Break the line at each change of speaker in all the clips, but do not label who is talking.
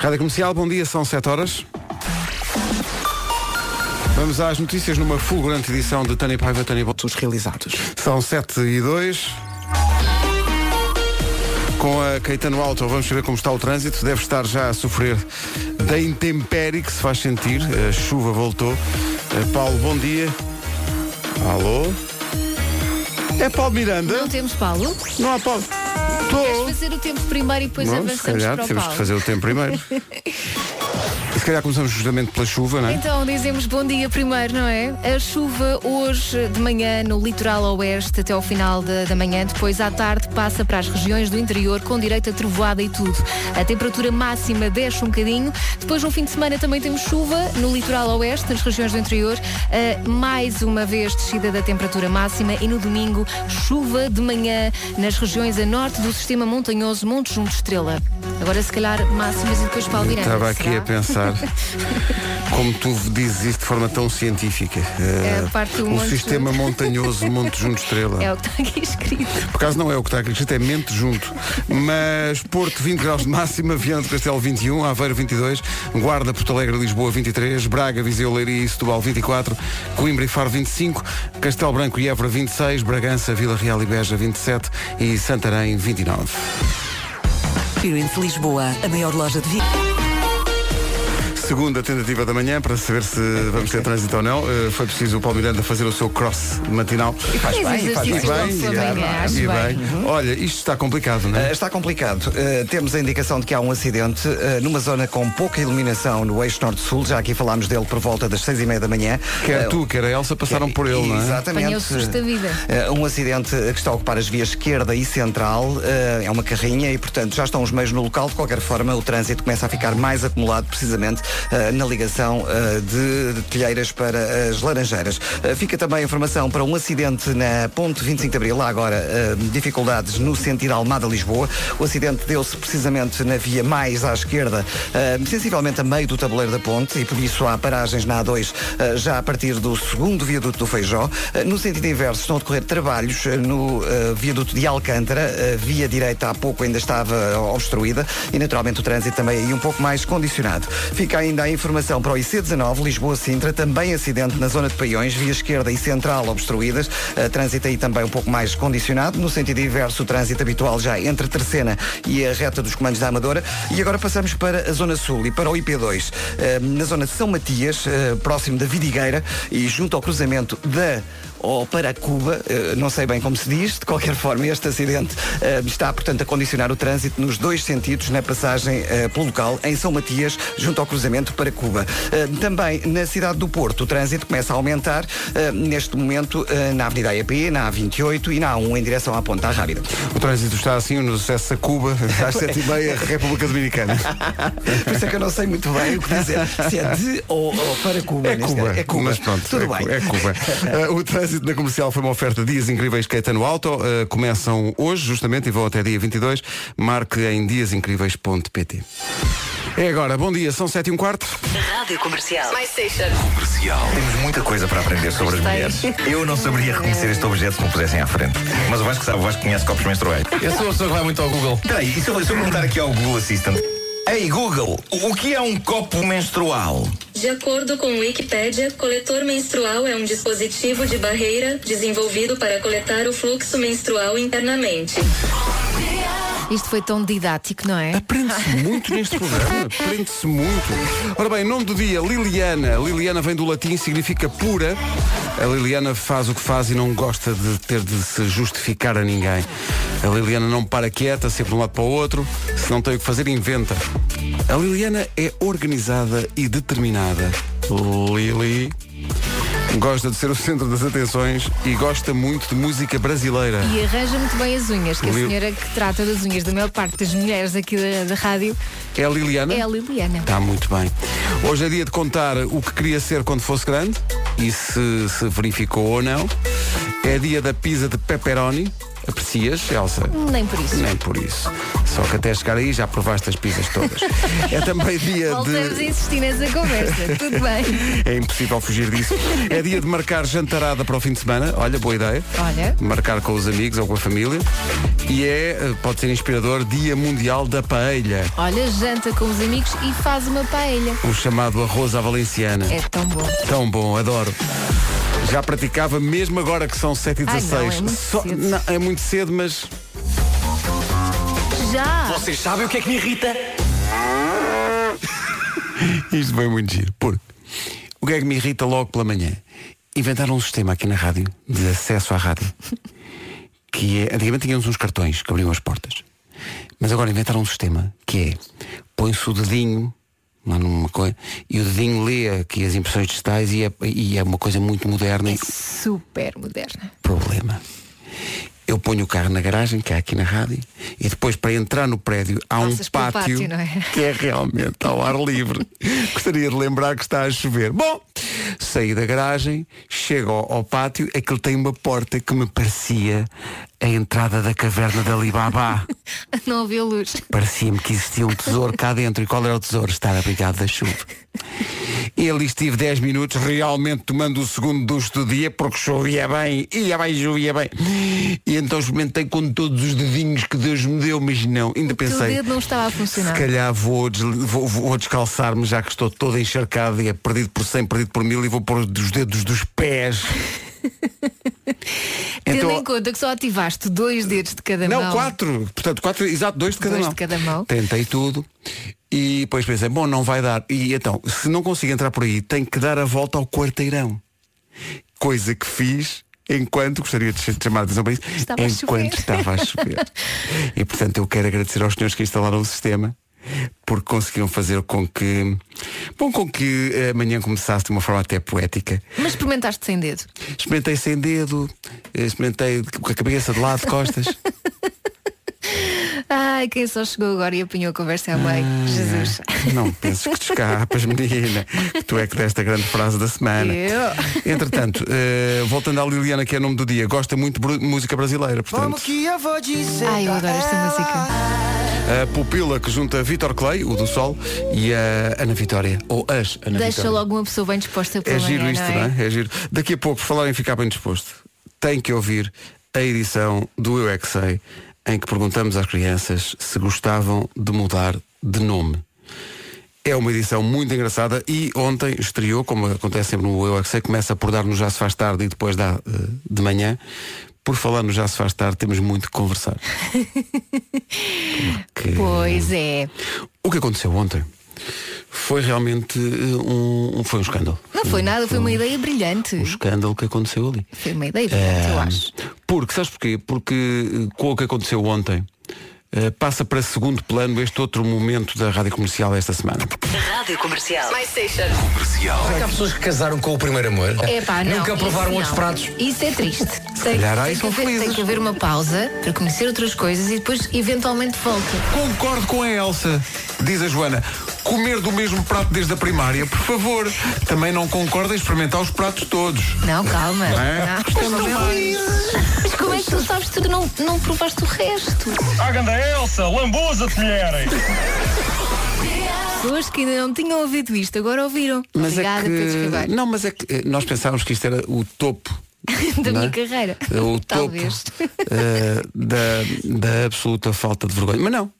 Rádio Comercial, bom dia, são 7 horas. Vamos às notícias numa fulgurante edição de Tânia Paiva, Tânia Botos realizados. São 7 e 2. Com a Caetano Alto, vamos saber como está o trânsito. Deve estar já a sofrer da intempérie que se faz sentir. A chuva voltou. Eh, Paulo, bom dia. Alô? É Paulo Miranda?
Não temos Paulo?
Não há Paulo.
Queres
Estou.
fazer o tempo primeiro e depois
Bom, se
avançamos
calhar
é, para o
temos
Paulo?
que fazer o tempo primeiro. E se calhar começamos justamente pela chuva, não é?
Então dizemos bom dia primeiro, não é? A chuva hoje de manhã no litoral oeste até ao final da, da manhã, depois à tarde passa para as regiões do interior com direito a trovoada e tudo. A temperatura máxima desce um bocadinho. Depois no fim de semana também temos chuva no litoral oeste, nas regiões do interior, eh, mais uma vez descida da temperatura máxima e no domingo chuva de manhã nas regiões a norte do sistema montanhoso Monte Junto Estrela. Agora se calhar máximas e depois Paulo Miranda.
Estava aqui
será?
a pensar como tu dizes isso de forma tão científica. Eh,
É a parte do
o
Monte
sistema montanhoso Monte Junto Estrela.
É o que está aqui escrito.
Por acaso não é o que está aqui escrito, é mente junto. Mas Porto 20 graus de máxima, Viana do Castelo 21, Aveiro 22, Guarda, Porto Alegre, Lisboa 23, Braga, Viseu, Leiria e Setúbal 24, Coimbra e Faro 25, Castelo Branco e Évora 26, Bragança, Vila Real e Beja 27 e Santarém 29.
Experience Lisboa, a maior loja de vinhos.
Segunda tentativa da manhã para saber se vamos ter trânsito ou não. Eh, foi preciso o Paulo Miranda fazer o seu cross matinal. E
faz Faz bem, faz exercícios bem. logo pela manhã, acho
e
bem. Uhum.
bem. Olha, isto está complicado, não é?
Uh, Está complicado. Uh, temos a indicação de que há um acidente uh, numa zona com pouca iluminação no eixo norte-sul. Já aqui falámos dele por volta das seis e meia da manhã.
Quer
Uh,
tu, quer a Elsa passaram por ele, não é?
Exatamente.
Apanhei o susto da vida.
Eh, Um acidente que está a ocupar as vias esquerda e central. eh, É uma carrinha e, portanto, já estão os meios no local. De qualquer forma, o trânsito começa a ficar mais acumulado, precisamente eh, na ligação eh, de de Telheiras para as Laranjeiras. Eh, Fica também a informação para um acidente na Ponte 25 de Abril. Há agora eh, dificuldades no sentido Almada-Lisboa. O acidente deu-se precisamente na via mais à esquerda, eh, sensivelmente a meio do tabuleiro da ponte, e por isso há paragens na A2 eh, já a partir do segundo viaduto do Feijó. Eh, No sentido inverso, estão a decorrer trabalhos eh, no eh, viaduto de Alcântara. A via direita há pouco ainda estava eh, obstruída e, naturalmente, o trânsito também aí um pouco mais condicionado. Fica ainda a informação para o IC19, Lisboa-Sintra, também acidente na zona de Paiões, via esquerda e central obstruídas. Eh, Trânsito aí também um pouco mais condicionado. No sentido inverso, o trânsito habitual já entre Terceira e a reta dos comandos da Amadora. E agora passamos para a Zona Sul e para o IP2. Eh, Na zona de São Matias, eh, próximo da Vidigueira e junto ao cruzamento da ou para Cuba, eh, não sei bem como se diz, de qualquer forma este acidente eh, está, portanto, a condicionar o trânsito nos dois sentidos na passagem eh, pelo local em São Matias, junto ao cruzamento para Cuba. Eh, Também na cidade do Porto, o trânsito começa a aumentar eh, neste momento eh, na Avenida AEP, na A28 e na A1 em direção à Ponta Rábida.
O trânsito está assim no acesso a Cuba, às 7h30, República Dominicana.
Por isso é que eu não sei muito bem o que dizer, se é de ou, ou para Cuba.
É
neste
Cuba,
caso. É Cuba.
mas pronto,
Tudo
é,
bem.
Cu- é Cuba. Eh, o trânsito na comercial foi uma oferta de dias incríveis Caetano Auto. Eh, começam hoje, justamente, e vão até dia 22. Marque em diasincríveis.pt. É agora, bom dia, são 7 e um quarto.
Rádio Comercial.
comercial. Temos muita coisa para aprender sobre as mulheres. Eu não saberia reconhecer este objeto se me pusessem à frente. Mas o Vasco sabe, o Vasco conhece copos menstruais.
Eu sou a pessoa que vai muito ao Google.
Espera aí, e se eu, se eu perguntar aqui ao Google Assistant? Ei, Google, o que é um copo menstrual?
De acordo com o Wikipédia, coletor menstrual é um dispositivo de barreira desenvolvido para coletar o fluxo menstrual internamente.
Isto foi tão didático, não é?
Aprende-se muito neste programa, aprende-se muito. Ora bem, nome do dia, Liliana. Liliana vem do latim, significa pura. A Liliana faz o que faz e não gosta de ter de se justificar a ninguém. A Liliana não para quieta, sempre de um lado para o outro. Se não tem o que fazer, inventa. A Liliana é organizada e determinada. Lili. Gosta de ser o centro das atenções e gosta muito de música brasileira.
E arranja muito bem as unhas, que a
Lil-
senhora que trata das unhas da maior parte das mulheres aqui da, da rádio
É a Liliana?
é a Liliana.
Está muito bem. Hoje é dia de contar o que queria ser quando fosse grande e se se verificou ou não. É dia da pizza de pepperoni. Aprecias, Elsa?
Nem por isso.
Nem por isso. Só que até chegar aí já provaste as pizzas todas. é também dia
Voltamos a
de.
insistir nessa conversa. Tudo bem.
É impossível fugir disso. É dia de marcar jantarada para o fim de semana. Olha, boa ideia.
Olha.
Marcar com os amigos ou com a família. E é, eh, pode ser inspirador, Dia Mundial da Paella.
Olha, janta com os amigos e faz uma paella.
O chamado arroz à valenciana.
É tão bom.
Tão bom, adoro. Já praticava mesmo agora que são 7 e
Ai,
16
não, é muito cedo.
não, é muito cedo, mas
Já!
Vocês sabem o que é que me irrita?
isto foi muito giro. Porque o que é que me irrita logo pela manhã? Inventaram um sistema aqui na rádio, de acesso à rádio, que é. Antigamente tínhamos uns cartões que abriam as portas. Mas agora inventaram um sistema que é põe-se o dedinho lá numa coisa e o dedinho lê aqui as impressões digitais e é, e é uma coisa muito moderna
É
e-
super moderna.
problema. Eu ponho o carro na garagem, que é aqui na rádio, e depois para entrar no prédio há
Passas
um
pelo
pátio,
pátio, não é?
que é realmente ao ar livre. Gostaria de lembrar que está a chover. Bom, saí da garagem, chego ao, ao pátio, aquilo tem uma porta que me parecia a entrada da caverna de Alibaba.
Não ouviu luz.
Parecia-me que existia um tesouro cá dentro. E qual era o tesouro? Estar abrigado da chuva. E ali estive 10 minutos, realmente tomando o segundo ducho do dia, porque chovia bem, ia bem, chovia bem. E então experimentei com todos os dedinhos que Deus me deu, mas não, ainda
O
pensei.
dedo não estava a
Se
funcionar.
calhar vou, desli- vou- vou descalçar-me já que estou todo encharcado e é perdido por 100, perdido por mil e vou pôr os dedos dos pés.
Tendo
Então-
em conta que só ativaste dois dedos de cada
não,
mão.
quatro. Portanto, quatro, exato, dois de cada
Dois
mão.
de cada mão.
Tentei tudo. E depois pensei, bom, não vai dar. E então, se não consigo entrar por aí, tenho que dar a volta ao quarteirão. Coisa que fiz enquanto, gostaria de ch- chamar a atenção para isso,
Estava a
enquanto
chover.
estava a chover. e portanto eu quero agradecer aos senhores que instalaram o sistema. Porque conseguiram fazer com que. Bom, com que eh, amanhã começasse de uma forma até poética
Mas experimentaste sem dedo.
Experimentei sem dedo, eh, experimentei de- com a cabeça de lado, de costas.
Ai, quem só chegou agora e apanhou a conversa é a mãe. Jesus.
Não penses que te escapas, menina. que Tu é que deste a grande frase da semana.
Eu.
Entretanto, eh, voltando à Liliana, que é nome do dia, gosta muito de bru- música brasileira. Portanto,
Ai, eu adoro esta música.
a pupila que junta Vitor Clay, o do Sol, e a Ana Vitória, ou as Ana
Deixa
Vitória.
logo uma pessoa bem disposta pela
É giro
manhã,
isto, não é? É giro. Daqui a pouco, por falar em ficar bem disposto, tem que ouvir a edição do Eu É Que Sei, em que perguntamos às crianças se gostavam de mudar de nome. É uma edição muito engraçada e ontem estreou, como acontece sempre no Eu É Que Sei, começa por dar no Já Se Faz Tarde e depois dá eh, de manhã. Por falar no Já Se Faz Tarde, temos muito que conversar. Porque-
Pois é.
o que aconteceu ontem foi realmente eh, um, um- foi um escândalo.
Não foi nada, foi uma ideia brilhante.
Um escândalo que aconteceu ali.
Foi uma ideia brilhante, eu
Ah,
acho.
Porque, sabes porquê? Porque eh, com o que aconteceu ontem, eh, passa para segundo plano este outro momento da Rádio Comercial esta semana.
Rádio Comercial.
Será que há pessoas que casaram com o primeiro amor?
É.
Epá, não,
Nunca provaram
isso
outros
não.
pratos?
Isso é triste. Tem,
calhar, ai,
tem, que
são
haver, tem
felizes.
que haver uma pausa para conhecer outras coisas e depois eventualmente volta.
Concordo com a Elsa, diz a Joana. Comer do mesmo prato desde a primária, por favor. Também não concorda em experimentar os pratos todos.
Não, calma.
É?
Não, mas, não mas como é que tu sabes que tu não, não provaste o resto?
A ganda Elsa, lambuza-te, mulher!
Pessoas que ainda não tinham ouvido isto, agora ouviram.
é
Obrigada por descrever.
Não, mas é que eh, nós pensávamos que isto era o topo
da
não é?
minha carreira.
Eh, O topo
Talvez.
eh, da, da absoluta falta de vergonha. Mas não.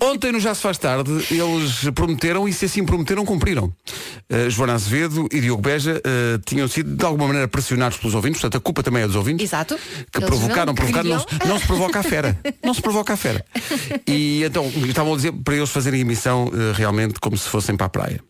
Ontem no Já Se Faz Tarde, eles prometeram e se assim prometeram, cumpriram. Eh, Joana Azevedo e Diogo Beja eh, tinham sido de alguma maneira pressionados pelos ouvintes, portanto a culpa também é dos ouvintes.
Exato.
Que
Eles
provocaram,
não
provocaram, não,
queriam.
não se provoca a fera. Não se provoca a fera. E então estavam a dizer para eles fazerem emissão eh, realmente como se fossem para a praia.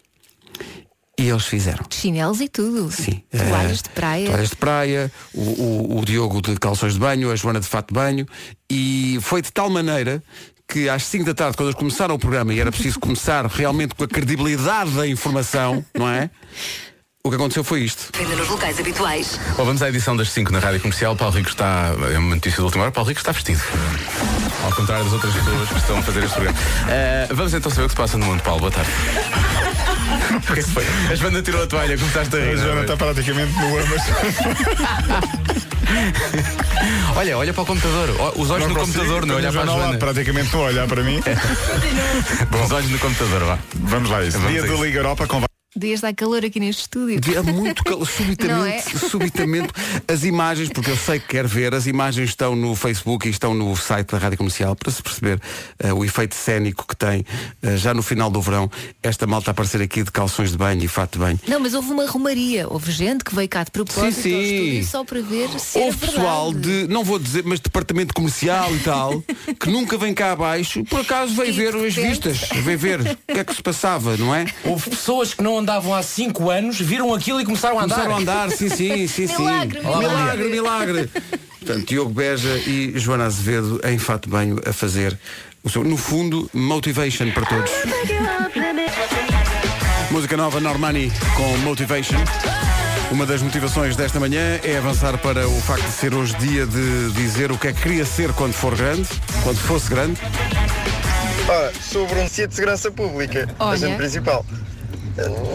E eles fizeram.
Chinelos e tudo.
Sim.
Toalhas
Eh,
de praia.
Toalhas de praia, o, o- o Diogo de calções de banho, a Joana de fato de banho. E foi de tal maneira que às 5 da tarde, quando eles começaram o programa, e era preciso começar realmente com a credibilidade da informação, não é? O que aconteceu foi isto.
Venda nos locais habituais.
Bom, vamos à edição das 5 na Rádio Comercial. Paulo Rico está. É uma notícia da última hora. Paulo Rico está vestido. Ao contrário das outras pessoas que estão a fazer este programa. Eh, vamos então saber o que se passa no mundo, Paulo. Boa tarde. O que é que foi? A Joana tirou a toalha, começaste a rir. não é?
praticamente nua, mas.
olha, olha para o computador. Ó, Os olhos no
consigo,
computador, tá- não
tenho
olhar para a
o jornal lá,
Joana.
Praticamente estou a olhar para mim.
É.
Bom, Os olhos no computador, vá.
Vamos lá, a isso.
Vamos
Dia
a
do
isso.
Liga Europa com
Devia estar calor aqui neste estúdio.
É muito calor,
Não
subitamente,
é?
subitamente. As imagens, porque eu sei que quer ver, as imagens estão no Facebook e estão no site da Rádio Comercial para se perceber eh, o efeito cénico que tem eh, já no final do verão esta malta a aparecer aqui de calções de banho e fato de banho.
Não, mas houve uma romaria. Houve gente que veio cá de propósito
Sim, sim.
ao estúdio só para ver se era
Houve pessoal
é verdade.
de, não vou dizer, mas departamento comercial e tal, que nunca vem cá abaixo, por acaso veio
E,
ver
de
as
repente-
vistas, veio ver o que é que se passava, não é?
Houve pessoas que não andavam há 5 anos, viram aquilo e começaram a andar.
Começaram a andar, sim, sim, sim, sim.
Milagre, milagre.
milagre. milagre. Portanto, Diogo Beja e Joana Azevedo em fato de banho a fazer o seu, no fundo, motivation para todos. Música nova Normani com Motivation. Uma das motivações desta manhã é avançar para o facto de ser hoje dia de dizer o que é que queria ser quando for grande, quando fosse grande.
Ah, sou Broncia de Segurança Pública,
Olha.
agente principal.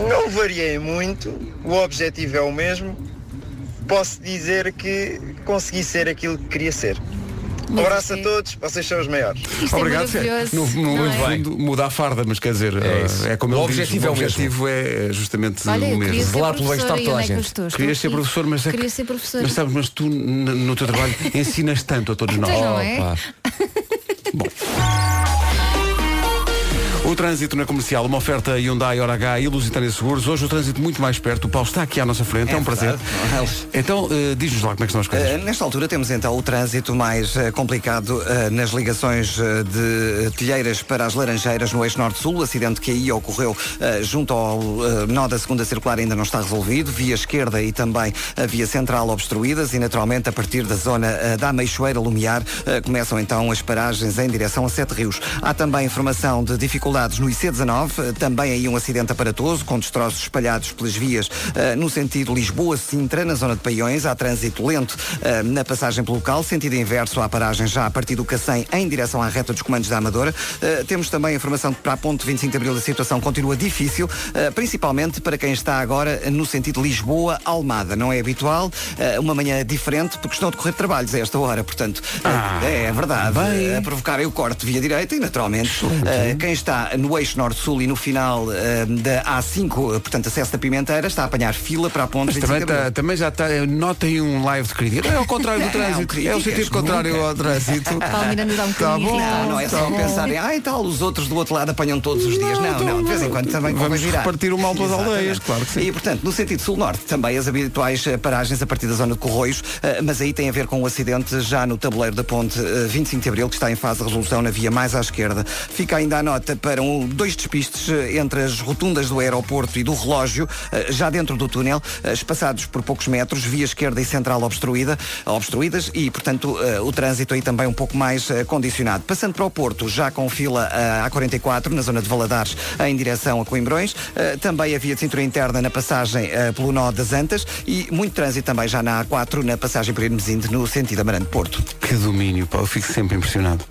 Não variei muito, o objetivo é o mesmo. Posso dizer que consegui ser aquilo que queria ser. Um
Mas
abraço a
é-
todos, vocês são os maiores.
Isto
Obrigado.
é maravilhoso.
No, no,
não
no
é?
fundo, muda a farda, mas quer dizer,
É
ah,
isso.
é, como
O
ele
objetivo
diz,
é
o
o mesmo.
objetivo é justamente
Olha,
o
eu queria
mesmo.
ser
Zelar pelo
professora
bem-estar de
e
toda
onde
a
é que eu
gente.
estou? Estou
Querias ser
aqui.
professor, mas é que-
Queria ser professora.
Mas sabes, mas tu n- no teu trabalho ensinas tanto a todos nós.
Pois não é?
O trânsito na comercial, uma oferta Hyundai Hora H e Lusitânia Seguros. Hoje o trânsito muito mais perto. O Paulo está aqui à nossa frente, é, um prazer.
verdade.
Então, eh, diz-nos lá como é que estão as coisas.
Eh, nesta altura temos então o trânsito mais eh, complicado eh, nas ligações eh, de Telheiras para as Laranjeiras no eixo Norte-Sul. O acidente que aí ocorreu eh, junto ao eh, nó da segunda circular ainda não está resolvido. Via esquerda e também a via central obstruídas e naturalmente a partir da zona eh, da Meixoeira Lumiar eh, começam então as paragens em direção a Sete Rios. Há também informação de dificuldades no IC19, eh, também aí um acidente aparatoso com destroços espalhados pelas vias eh, no sentido Lisboa-Sintra, na zona de Paiões. Há trânsito lento eh, na passagem pelo local, sentido inverso à paragem já a partir do Cacém em direção à reta dos comandos da Amadora. Eh, temos também a informação de que para a ponte 25 de Abril a situação continua difícil, eh, principalmente para quem está agora no sentido Lisboa-Almada. Não é habitual, eh, uma manhã diferente, porque estão a decorrer trabalhos a esta hora, portanto, eh,
Ah,
é verdade. A provocarem o corte via direita e naturalmente eh, quem está no eixo Norte-Sul e no final eh, da A5, eh, portanto, acesso da Pimenteira, está a apanhar fila para a ponte
Mas
25
também,
de Abril.
tá- também já está, notem um live de crítica. É ao contrário do
Não,
trânsito. é o
críticas,
sentido contrário ao trânsito.
Paulo Miranda dá um
Tá
bocadinho
bom.
irritado.
Não, não é só pensar em, ah, e tal, os outros do outro lado apanham todos os dias. Não, não, de vez em quando também
Vamos
convém virar.
repartir o mal pelas
Exatamente.
aldeias, claro que sim.
E, portanto, no sentido sul-norte, também as habituais eh, paragens a partir da zona de Corroios, eh, mas aí tem a ver com o acidente já no tabuleiro da ponte eh, 25 de Abril, que está em fase de resolução na via mais à esquerda. Fica ainda a nota para um, dois despistes eh, entre as rotundas do aeroporto e do relógio, eh, já dentro do túnel, eh, espaçados por poucos metros, via esquerda e central obstruída, obstruídas, e, portanto, eh, o trânsito aí também um pouco mais eh, condicionado. Passando para o Porto, já com fila eh, A44, na zona de Valadares, em direção a Coimbrões, eh, também havia de cintura interna na passagem eh, pelo nó das Antas e muito trânsito também já na A4, na passagem por Hermesinde, no sentido Amarante-Porto.
Que domínio, pá, eu fico sempre impressionado.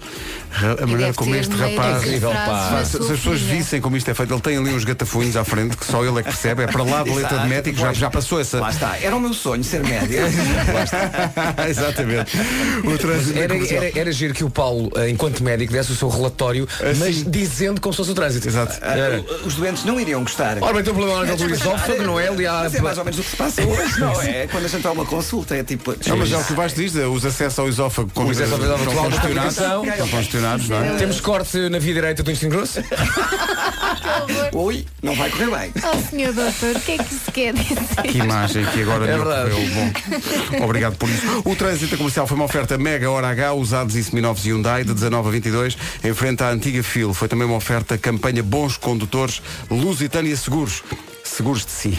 Ra- A maneira
deve
como
ter
este
meio
rapaz.
de Incrível, frases pá. na
Se, se
sua
as pessoas
filha.
vissem como isto é feito, ele tem ali uns gatafunhos à frente que só ele é que percebe, é para lá de letra de
Exato.
médico, já,
Pois.
já passou essa.
Lá está, era o meu sonho ser Eh, médio.
Exatamente. O trânsito
Era,
comercial.
era, era giro que o Paulo, eh, enquanto médico, desse o seu relatório, mas dizendo como se fosse o trânsito.
Ah, Exato.
Era.
Os doentes não iriam gostar.
Ora bem, tem um problema naquele do esófago, não é? Ali há...
Mas é mais ou menos o que se passa hoje, não é? Quando a gente vai a uma consulta, é tipo.
Não, mas é o que o Vasco diz, os acessos ao esófago com
Os acessos ao esófago é?
estão
com alta
congestionados.
complicação.
Estão congestionados, não é?
Temos corte na via direita do intestino grosso?
Oi, não vai correr bem.
Oh, senhor doutor, o que é que se quer dizer?
Que imagem que agora
É
me
verdade.
ocorreu. Bom, obrigado por isso. O trânsito comercial foi uma oferta Mega Hora H, usados e seminovos Hyundai, de 19 a 22, em frente à antiga FIL. Foi também uma oferta campanha Bons Condutores, Lusitânia Seguros. Seguros de si.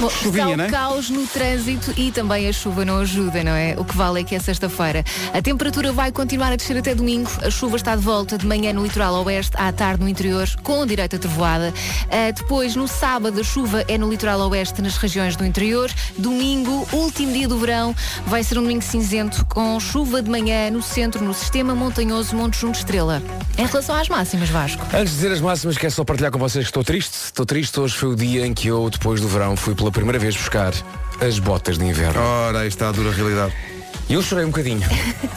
Bom,
Chuvinha,
está o
não é?
caos no trânsito e também a chuva não ajuda, não é? O que vale é que é sexta-feira. A temperatura vai continuar a descer até domingo. A chuva está de volta de manhã no litoral oeste, à tarde no interior, com direita trovoada. Ah, depois, no sábado, a chuva é no litoral oeste, nas regiões do interior. Domingo, último dia do verão, vai ser um domingo cinzento, com chuva de manhã no centro, no sistema montanhoso Monte Junto Estrela. Em relação às máximas, Vasco.
Antes de dizer as máximas, quero só partilhar com vocês que estou triste. Estou triste, hoje foi o dia em que eu, depois do verão, fui pela primeira vez buscar as botas de inverno.
Ora, aí está a dura realidade.
E eu chorei um bocadinho.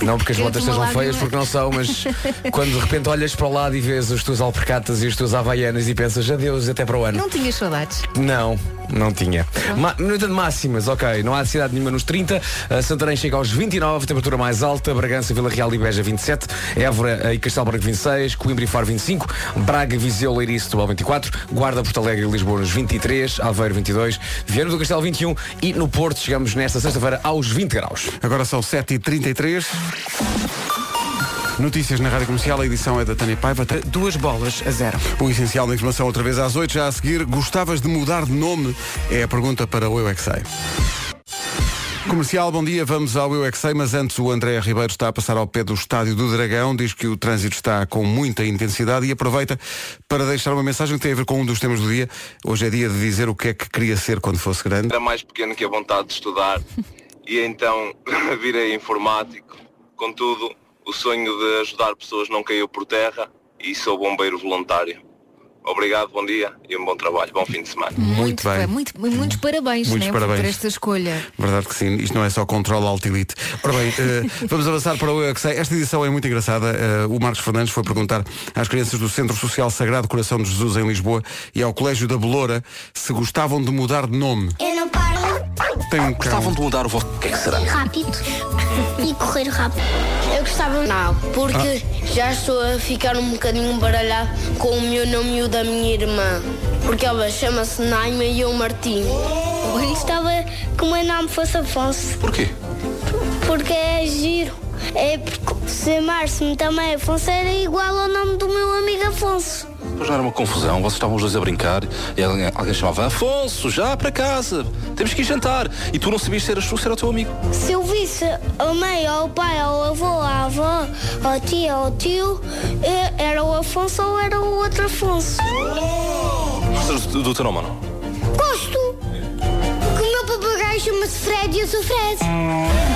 Não porque as
Caiu-te
botas
uma
sejam
lágrima.
feias, porque não são, mas quando de repente olhas para o lado e vês as tuas alpercatas e as tuas havaianas e pensas, adeus, até para o ano.
Não tinhas saudades.
Não, não tinha. Ma no entanto, máximas, ok. Não há cidade nenhuma nos 30. A Santarém chega aos 29, temperatura mais alta. Bragança, Vila Real e Beja 27. Évora eh, e Castelo Branco 26. Coimbra e Faro 25. Braga, Viseu, Leiria e Setúbal 24. Guarda, Porto Alegre e Lisboa nos 23. Aveiro 22. Viana do Castelo 21. E no Porto chegamos nesta sexta-feira aos 20 graus.
Agora são 7h33. Notícias na Rádio Comercial, a edição é da Tânia Paiva.
Duas bolas a zero.
O essencial da informação outra vez às 8, já a seguir. Gostavas de mudar de nome? É a pergunta para o Eu É Que Sei. Comercial, bom dia, vamos ao Eu É Que Sei, mas antes o André Ribeiro está a passar ao pé do Estádio do Dragão, diz que o trânsito está com muita intensidade e aproveita para deixar uma mensagem que tem a ver com um dos temas do dia. Hoje é dia de dizer o que é que queria ser quando fosse grande.
Era mais pequeno que a vontade de estudar e então virei informático. Contudo, o sonho de ajudar pessoas não caiu por terra e sou bombeiro voluntário. Obrigado, bom dia e um bom trabalho. Bom fim de semana.
Muito
Bem, muito- muitos parabéns,
Muitos
né,
parabéns.
por esta escolha.
Verdade que sim, isto não é só controle alt delete. Ora bem, eh, vamos avançar para o Eu É Que Sei. Esta edição é muito engraçada. Eh, o Marcos Fernandes foi perguntar às crianças do Centro Social Sagrado Coração de Jesus em Lisboa e ao Colégio da Beloura se gostavam de mudar de nome.
Eu não paro
Tem um cão.
de mudar o vosso. O que é que será?
rápido e correr rápido. Eu gostava não, porque
Ah.
já estou a ficar um bocadinho baralhado com o meu nome e o da minha irmã. Porque ela chama-se Naima e eu Martim. Eu gostava que o meu nome fosse Afonso.
Porquê?
Porque é giro. É porque se amar-se-me também Afonso era igual ao nome do meu amigo Afonso.
Depois não era uma confusão, vocês estavam os dois a brincar e alguém, alguém chamava Afonso, já para casa, temos que ir jantar. E tu não sabias se eras tu, se era o teu amigo.
Se eu visse a mãe, ao pai, ao avô, à avó, ao tio, ao tio, eh, era o Afonso ou era o outro Afonso?
Gostas do, do teu nome ou não?
Gosto! Que o meu papagaio chama-se Fred e eu sou Fred. Eu é que sei, eu é que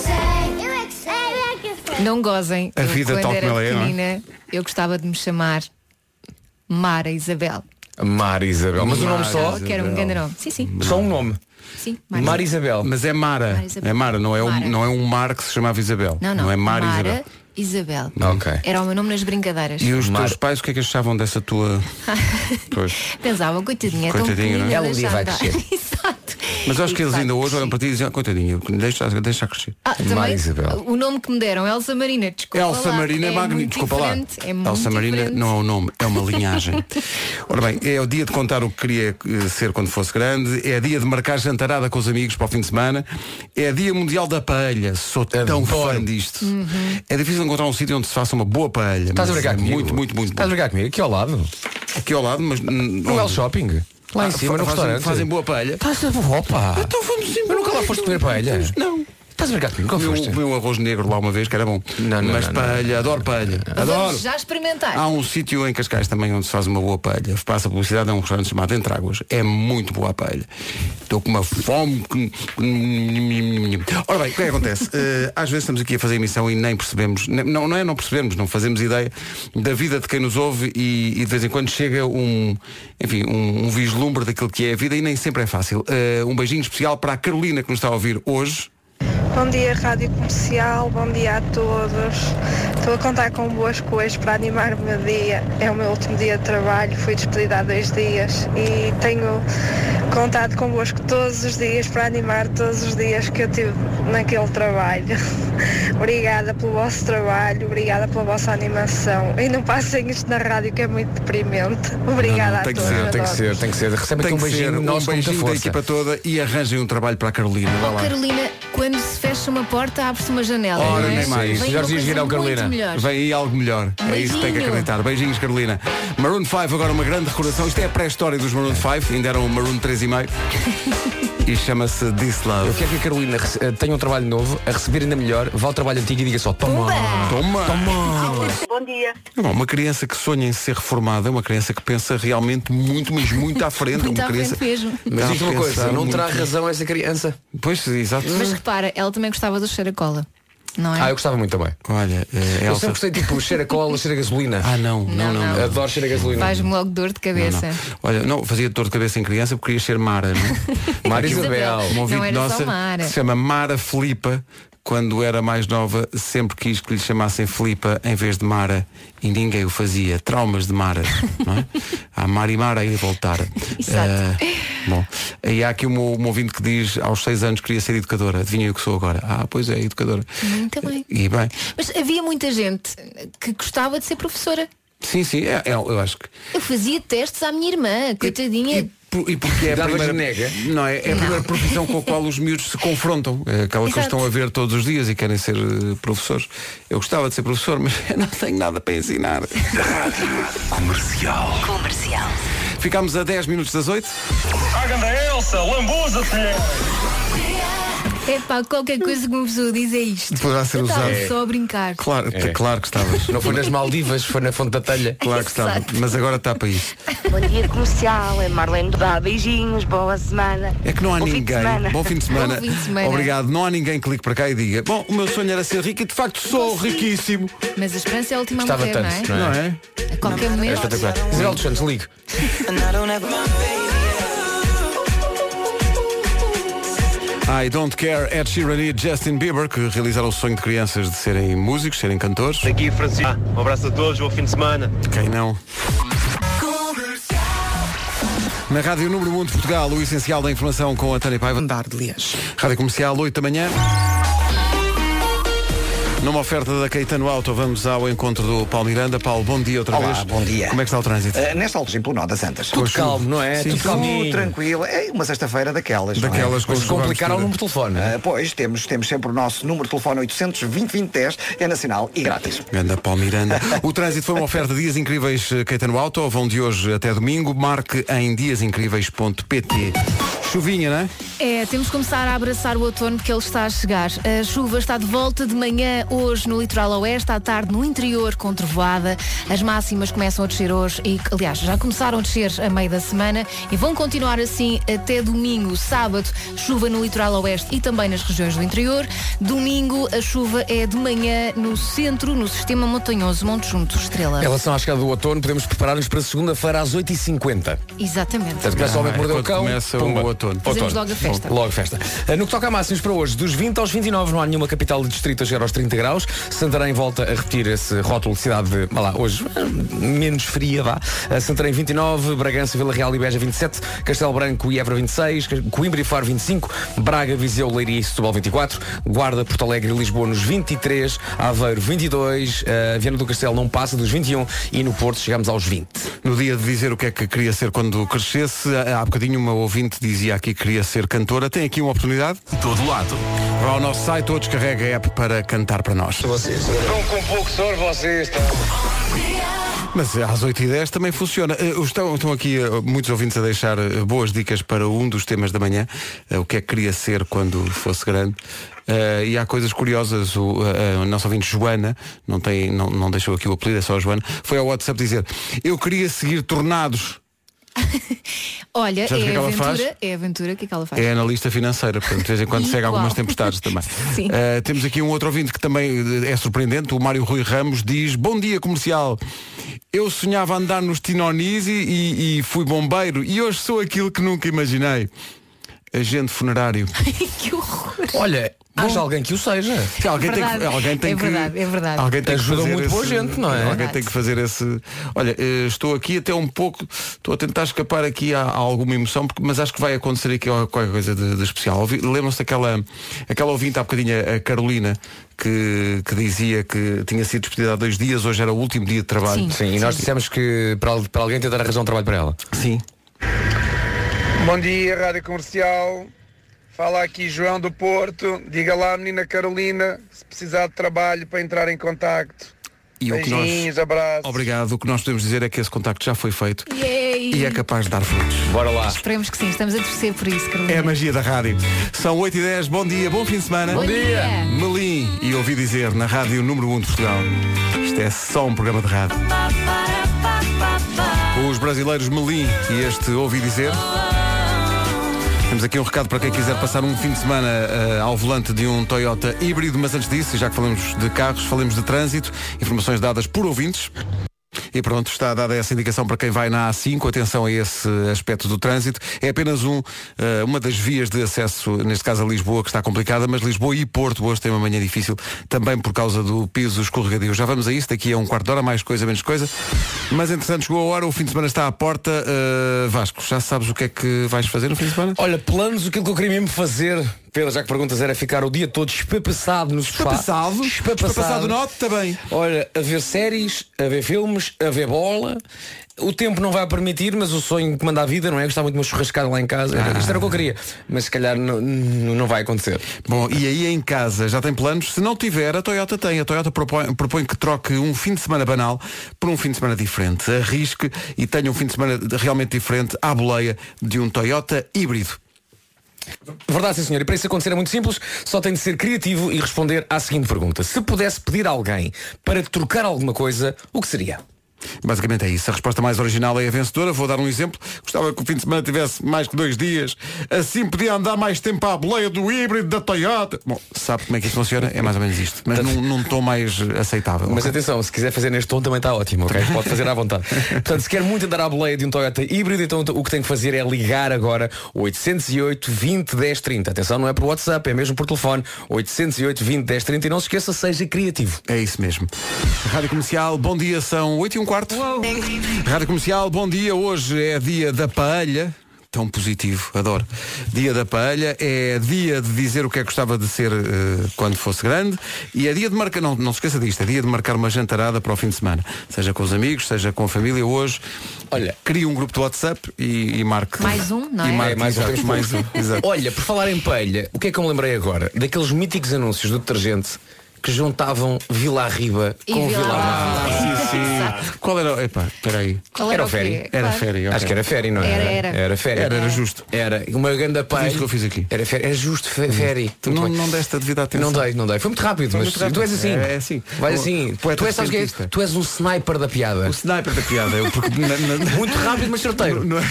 sei, eu é que sei, eu é que sei.
Não gozem.
A
Eu,
vida
quando
tal
era
como ela é, não é?
pequenina, eu gostava de me chamar Mara Isabel.
Mara Isabel. Mas o nome só?
Que era um grande nome. Sim, sim.
Só um nome.
Sim, Mara,
Mara Isabel.
Mas é Mara.
Mara Isabel.
É Mara, não é, um-
Mara.
não é um mar que se chamava Isabel.
Não, não.
é Mara, Isabel.
Isabel.
Ok.
Era o meu nome nas brincadeiras.
E os teus pais o que é que achavam dessa tua. Pois.
Pensavam, coitadinha, tão
Coitadinha,
pequenina,
não é? Ela um
deixa
dia vai
andar.
crescer.
Exato.
Mas eu acho que eles
Exato.
ainda hoje olham para ti e dizem, "Ah, coitadinha, deixa, deixa crescer.
Ah, também, o nome que me deram, Elsa Marina, desculpa
Elsa
lá,
Marina
é
Magni,
muito
desculpa lá.
diferente, É muito
Elsa Marina
diferente.
não é o nome, é uma linhagem. Ora bem, é o dia de contar o que queria eh, ser quando fosse grande, é dia de marcar jantarada com os amigos para o fim de semana, é dia mundial da paelha, sou
É
tão fã disto.
Uhum.
É difícil encontrar um sítio onde se faça uma boa paelha.
Estás a
mas
brincar
é
comigo?
Muito, muito, muito.
Estás a brincar comigo? Aqui ao lado?
Aqui ao lado, mas.
No El Shopping? Lá em
Ah,
cima,
fa-
no
fazem-
restaurante.
fazem boa paella?
Estás a Opa!
Então vamos então
Eu nunca lá foste comer paella?
Não.
Estás a brincar comigo? Qual
Comi um-
foste?
comi um arroz negro lá uma vez, que era bom. Mas
não, não.
paelha, adoro paelha. Adoro.
Vamos já experimentar.
Há um sítio em Cascais também onde se faz uma boa paelha. Passa a publicidade, é um restaurante chamado Entráguas. É muito boa a paelha. Estou com uma fome. que- Ora bem, o que é que acontece? Eh, às vezes estamos aqui a fazer emissão e nem percebemos, nem- não, não é não percebemos, não fazemos ideia da vida de quem nos ouve e, e de vez em quando chega um, enfim, um, um vislumbre daquilo que é a vida e nem sempre é fácil. Eh, um beijinho especial para a Carolina que nos está a ouvir hoje.
Bom dia, Rádio Comercial, bom dia a todos. Estou a contar com boas coisas para animar o meu dia. É o meu último dia de trabalho, fui despedida há dois dias e tenho contado convosco todos os dias para animar todos os dias que eu tive naquele trabalho. obrigada pelo vosso trabalho, obrigada pela vossa animação. E não passem isto na rádio que é muito deprimente. Obrigada a todos.
tem que
adoro.
ser, tem que ser. Recebe aqui
Tem
um
que ser
beijinho nosso
um
com muita
beijinho da
força.
equipa toda e arranjem um trabalho para a Carolina. Vá lá.
Carolina, quando se fecha uma porta, abre-se uma janela.
Ora,
não é?
nem mais.
Vem uma coisa muito melhor.
Vem aí algo melhor. É isso que tem que
Beijinho.
acreditar. Beijinhos, Carolina. Maroon 5, agora uma grande recordação. Isto é a pré-história dos Maroon 5. Ainda eram o Maroon 3,5. E chama-se This Love.
Eu quero que a Carolina rece- eh, tenha um trabalho novo, a receber ainda melhor, vá ao trabalho antigo e diga só, toma!
Toma! Toma!
Bom dia.
Não, uma criança que sonha em ser reformada é uma criança que pensa realmente muito, mas muito à frente. É
Muito
uma
à
criança...
frente mesmo.
Está
Mas diz
a
uma coisa,
pensar
não terá
muito.
razão essa criança.
Pois, exato.
Mas repara, ela também gostava do cheiro a cola. não é?
Ah, eu gostava muito também.
Olha, eh,
eu
Elsa-
sempre gostei tipo cheira a cola, cheira a gasolina.
Ah, não, não, não. não.
Adoro cheira a gasolina.
Faz-me logo dor de cabeça.
Olha, não, fazia dor de cabeça em criança porque queria ser Mara, não?
Mara
Aqui um-
Isabel.
Uma
Não
ouvinte
era só
nossa
Mara.
que se chama Mara Filipa. Quando era mais nova, sempre quis que lhe chamassem Filipa em vez de Mara e ninguém o fazia. Traumas de Mara, não é? Há Mara e Mara a ir voltar.
Exato.
Eh, bom, e há aqui um, um ouvinte que diz aos seis anos queria ser educadora. Adivinha o que sou agora? Ah, pois é, educadora.
Muito bem.
E bem,
Mas havia muita gente que gostava de ser professora.
sim, sim, é- é- eu acho que
Eu fazia testes à minha irmã, coitadinha.
Por- E porque é a
Dava
primeira,
genega?
não é, é a
Não.
primeira profissão com a qual os miúdos se confrontam. É aquela que eles
Exato.
estão a ver todos os dias e querem ser eh, professores. Eu gostava de ser professor, mas não tenho nada para ensinar. Comercial.
Comercial.
Ficámos a 10 minutos das 8.
Ah, ganda Elsa, lambuza-te, mulher.
É pá, qualquer coisa que uma pessoa diz é isto.
Poderá ser
Eu estava
usado.
só a brincar.
Claro, claro que estavas.
É. Não foi nas Maldivas, foi na Fonte da Telha.
Claro que estava.
Exato.
Mas agora está para isso.
Bom dia comercial, é Marlene Dá, beijinhos, boa semana.
É que não há
Bom fim de
ninguém.
semana.
Bom fim de semana.
Bom fim de semana.
Obrigado. Não há ninguém que ligue para cá e diga, bom, o meu sonho era ser rico e de facto sou riquíssimo.
Mas a esperança é a última a
Gostava
morrer,
tanto,
não é?
não é?
A qualquer momento.
Zé dos Santos, ligue.
I Don't Care, Ed Sheeran e Justin Bieber, que realizaram o sonho de crianças de serem músicos, serem cantores.
Aqui Francisco, um abraço a todos, bom fim de semana.
Quem não? Na Rádio Número 1 de Portugal, o essencial da informação com a Tânia Paiva. Andar de Lias. Rádio Comercial, 8 da manhã. Numa oferta da Caetano Auto, vamos ao encontro do Paulo Miranda. Paulo, bom dia outra
Olá,
vez.
bom dia.
Como é que está o trânsito?
Eh, nesta altura, em Plunó das Antas.
Tudo
Com a
calmo,
chuva.
não é?
Sim,
Tudo calminho.
tranquilo. É uma sexta-feira daquelas. não é? Eh,
Daquelas com Mas chuva complicaram um
o telefone.
é?
pois, temos, temos sempre o nosso número de telefone 820-2010. É nacional e grátis.
Ganda Paulo Miranda. O trânsito foi uma oferta de dias incríveis eh, Caetano Auto. Vão de hoje até domingo. Marque em diasincríveis.pt. Chuvinha, não é?
É, temos de começar a abraçar o outono porque ele está a chegar. A chuva está de volta de manhã hoje no litoral oeste, à tarde no interior com trovoada. As máximas começam a descer hoje e, aliás, já começaram a descer a meio da semana e vão continuar assim até domingo, sábado, chuva no litoral oeste e também nas regiões do interior. Domingo, a chuva é de manhã no centro, no sistema montanhoso Monte Junto, Estrela.
Em relação à chegada do outono, podemos preparar-nos para segunda-feira às 8h50.
Exatamente.
Portanto, começa o homem que mordeu o cão.
Ah, começa o outono.
Fazemos logo a festa.
Logo a festa. Ah, No que toca a máximos para hoje, dos 20 aos 29, não há nenhuma capital de distrito a chegar aos 30 graus. Santarém volta a repetir esse rótulo de cidade, de, vá lá, hoje ah, menos fria, vá. Ah, Santarém 29, Bragança, Vila Real e Beja 27, Castelo Branco e Évora 26, Coimbra e Faro 25, Braga, Viseu, Leiria e Setúbal 24, Guarda, Porto Alegre e Lisboa nos 23, Aveiro 22, ah, Viana do Castelo não passa dos 21 e no Porto chegamos aos 20.
No dia de dizer o que é que queria ser quando crescesse, há há bocadinho uma ouvinte dizia aqui que queria ser cantora. Tem aqui uma oportunidade? Todo lado. Vá ao nosso site ou descarrega a app para cantar para nós.
Estão com pouco soro vocês, tá?
Mas eh, às 8h10 também funciona. Eh, Estão, estão aqui eh, muitos ouvintes a deixar eh, boas dicas para um dos temas da manhã, eh, o que é que queria ser quando fosse grande. Eh, e há coisas curiosas, o, eh, a nossa ouvinte Joana, não, tem, não, não deixou aqui o apelido, é só a Joana, foi ao WhatsApp dizer, eu queria seguir tornados,
Olha,
Sabes o que é
é
que ela faz?
aventura, é aventura, o que é que ela faz?
é analista financeira, portanto de vez em quando segue
Igual.
algumas tempestades também.
Sim.
Eh, temos aqui um outro ouvinte que também eh, é surpreendente, o Mário Rui Ramos diz, bom dia comercial, eu sonhava andar nos Tinonis e, e- e fui bombeiro e hoje sou aquilo que nunca imaginei. Agente funerário.
que horror.
Olha, haja alguém que o seja.
Se alguém,
É
tem que,
verdade,
alguém tem
é
que-
verdade, é verdade.
Alguém tem
Ajuda
que fazer
muito
esse,
boa gente, não é?
Alguém tem que fazer esse. Olha, eh, estou aqui até um pouco. Estou a tentar escapar aqui a, a alguma emoção, porque- mas acho que vai acontecer aqui qualquer coisa de, de especial. Ouvi- Lembram-se daquela aquela ouvinte há bocadinho, a Carolina, que, que dizia que tinha sido despedida há dois dias, hoje era o último dia de trabalho.
Sim, e nós dissemos que para, al- para alguém tentar arranjar um trabalho para ela.
Sim.
Bom dia, Rádio Comercial. Fala aqui João do Porto. Diga lá, menina Carolina, se precisar de trabalho para entrar em contacto.
E o que nós-
Beijinhos, abraços.
Obrigado. O que nós podemos dizer é que esse contacto já foi feito
Yay.
e é capaz de dar frutos.
Bora lá.
Esperemos que sim, estamos a torcer por isso, Carolina.
É a magia da rádio. São 8 e 10 bom dia, bom fim de semana.
Bom Bom dia. dia.
Melim, e ouvi dizer na rádio número 1 de Portugal. Isto é só um programa de rádio. Os brasileiros Melim e este ouvi dizer. Temos aqui um recado para quem quiser passar um fim de semana eh, ao volante de um Toyota híbrido, mas antes disso, já que falamos de carros, falamos de trânsito, informações dadas por ouvintes. E pronto, está dada essa indicação para quem vai na A5, atenção a esse aspecto do trânsito. É apenas um, eh, uma das vias de acesso, neste caso a Lisboa, que está complicada, mas Lisboa e Porto hoje têm uma manhã difícil, também por causa do piso escorregadio. Já vamos a isso, daqui a um quarto de hora, mais coisa, menos coisa. Mas entretanto chegou a hora, o fim de semana está à porta. Eh, Vasco, já sabes o que é que vais fazer no fim de semana?
Olha, planos, aquilo que eu queria mesmo fazer, Pedro, já que perguntas, era ficar o dia todo espapassado no sofá.
Espapassado? Espapassado no
note
também.
Olha, a ver séries, a ver filmes, a ver bola. O tempo não vai permitir, mas o sonho que manda a vida, não é? Eu Gostava muito de uma churrascada lá em casa. Era- Isto era o que eu queria. Mas se calhar não, não vai acontecer.
Bom, e aí em casa já tem planos? Se não tiver, a Toyota tem. A Toyota propõe, propõe que troque um fim de semana banal por um fim de semana diferente. Arrisque e tenha um fim de semana de- realmente diferente à boleia de um Toyota híbrido.
Verdade, sim, senhor. E para isso acontecer é muito simples, só tem de ser criativo e responder à seguinte pergunta. Se pudesse pedir a alguém para trocar alguma coisa, o que seria?
Basicamente é isso. A resposta mais original é a vencedora. Vou dar um exemplo. Gostava que o fim de semana tivesse mais que dois dias. Assim podia andar mais tempo à boleia do híbrido da Toyota. Bom, sabe como é que isso funciona? É mais ou menos isto. Mas num, num tom mais aceitável.
Mas
ok?
atenção, se quiser fazer neste tom também está ótimo, ok? Pode fazer à vontade. Portanto, se quer muito andar à boleia de um Toyota híbrido, então o que tem que fazer é ligar agora 808 20 10 30. Atenção, não é por WhatsApp, é mesmo por telefone. 808 20 10 30 e não se esqueça, seja criativo.
É isso mesmo. Rádio Comercial, bom dia, são 8 e um quarto. Rádio Comercial, bom dia. Hoje é dia da paella. Tão positivo, adoro. Dia da paella é dia de dizer o que é que gostava de ser eh, quando fosse grande e é dia de marcar, não, não se esqueça disto, é dia de marcar uma jantarada para o fim de semana. Seja com os amigos, seja com a família. Hoje, olha, crie um grupo de WhatsApp e, e marque.
Mais um, não é?
E marque,
É, mais um,
exato,
temos
mais um. Exato.
Olha, por falar em pelha, o que é que eu me lembrei agora? Daqueles míticos anúncios do detergente que juntavam Vila Arriba
E
com
Vila
Vila
Arriba.
Arriba.
Sim, sim. Exato.
Qual era? Epá, peraí.
Qual era o quê?
Era
Claro.
féri, ok.
Acho que era Ferry, não
Era,
era?
era.
Era Ferry.
Era, era
justo. Era. Uma grande palha.
que eu fiz aqui.
Era Ferry. Era justo fe- Ferry.
Tu
Muito
não,
bem.
não deste a devida atenção.
Não dei, não dei. Foi muito rápido,
Foi
mas
muito rápido.
tu és assim.
É, é assim.
Vai
O
assim.
poeta
Tu és, sabes o que é?
cientista.
tu és um sniper da piada.
O sniper da piada. eu- porque na- na-
Muito rápido, mas certeiro.
No- no-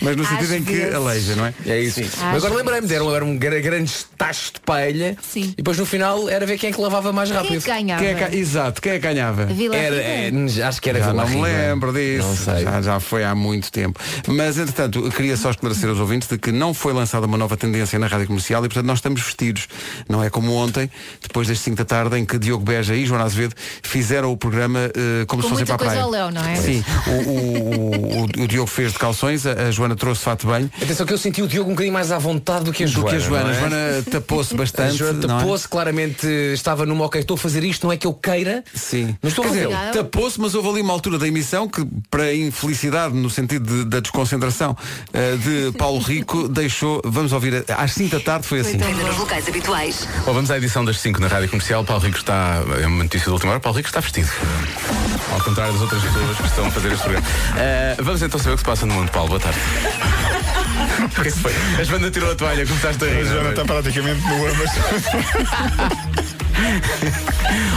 mas no sentido em que aleija, não é?
É isso.
Ah,
Mas agora lembrei-me, deram eram gra- grandes tachos de paella e depois no final era ver quem é que lavava mais
Quem é
rápido.
que ganhava? Quem é que-
exato, quem é que ganhava?
Vila
era,
Rica?
é, acho que era
já
Vila
não me
Rica.
lembro disso.
Não sei.
Já, já foi há muito tempo. Mas, entretanto, eu queria só esclarecer aos ouvintes de que não foi lançada uma nova tendência na rádio comercial e, portanto, nós estamos vestidos. Não é como ontem, depois das 5 da tarde, em que Diogo Beja e Joana Azevedo fizeram o programa eh, como
Com
se fossem
muita
para a
coisa
praia.
ao léu, não é?
Sim, o, o- é o- o Diogo fez de calções, a, a Joana trouxe fato de banho.
Atenção que eu senti o Diogo um bocadinho mais à vontade do que a
Do
Joana.
que a Joana.
não é?
A Joana tapou-se
A
bastante.
Joana
não é?
tapou-se, claramente estava numa ok, estou a fazer isto, não é que eu queira.
Sim.
Mas estou
Quer
a
dizer,
fazer.
tapou-se, mas houve ali uma altura da emissão que, para infelicidade, no sentido de- da desconcentração eh, de Paulo Rico, deixou. Vamos ouvir, a- às 5 da tarde foi assim.
Ainda nos locais habituais.
Bom, vamos à edição das 5 na Rádio Comercial. Paulo Rico está. É uma notícia da última hora. Paulo Rico está vestido. Ao contrário das outras pessoas que estão a fazer este programa. Eh, vamos então saber o que se passa no mundo, Paulo. Boa tarde. O que é que foi? A Joana tirou a toalha, começaste a rir.
A Joana tá-
não é?
está praticamente no ambas.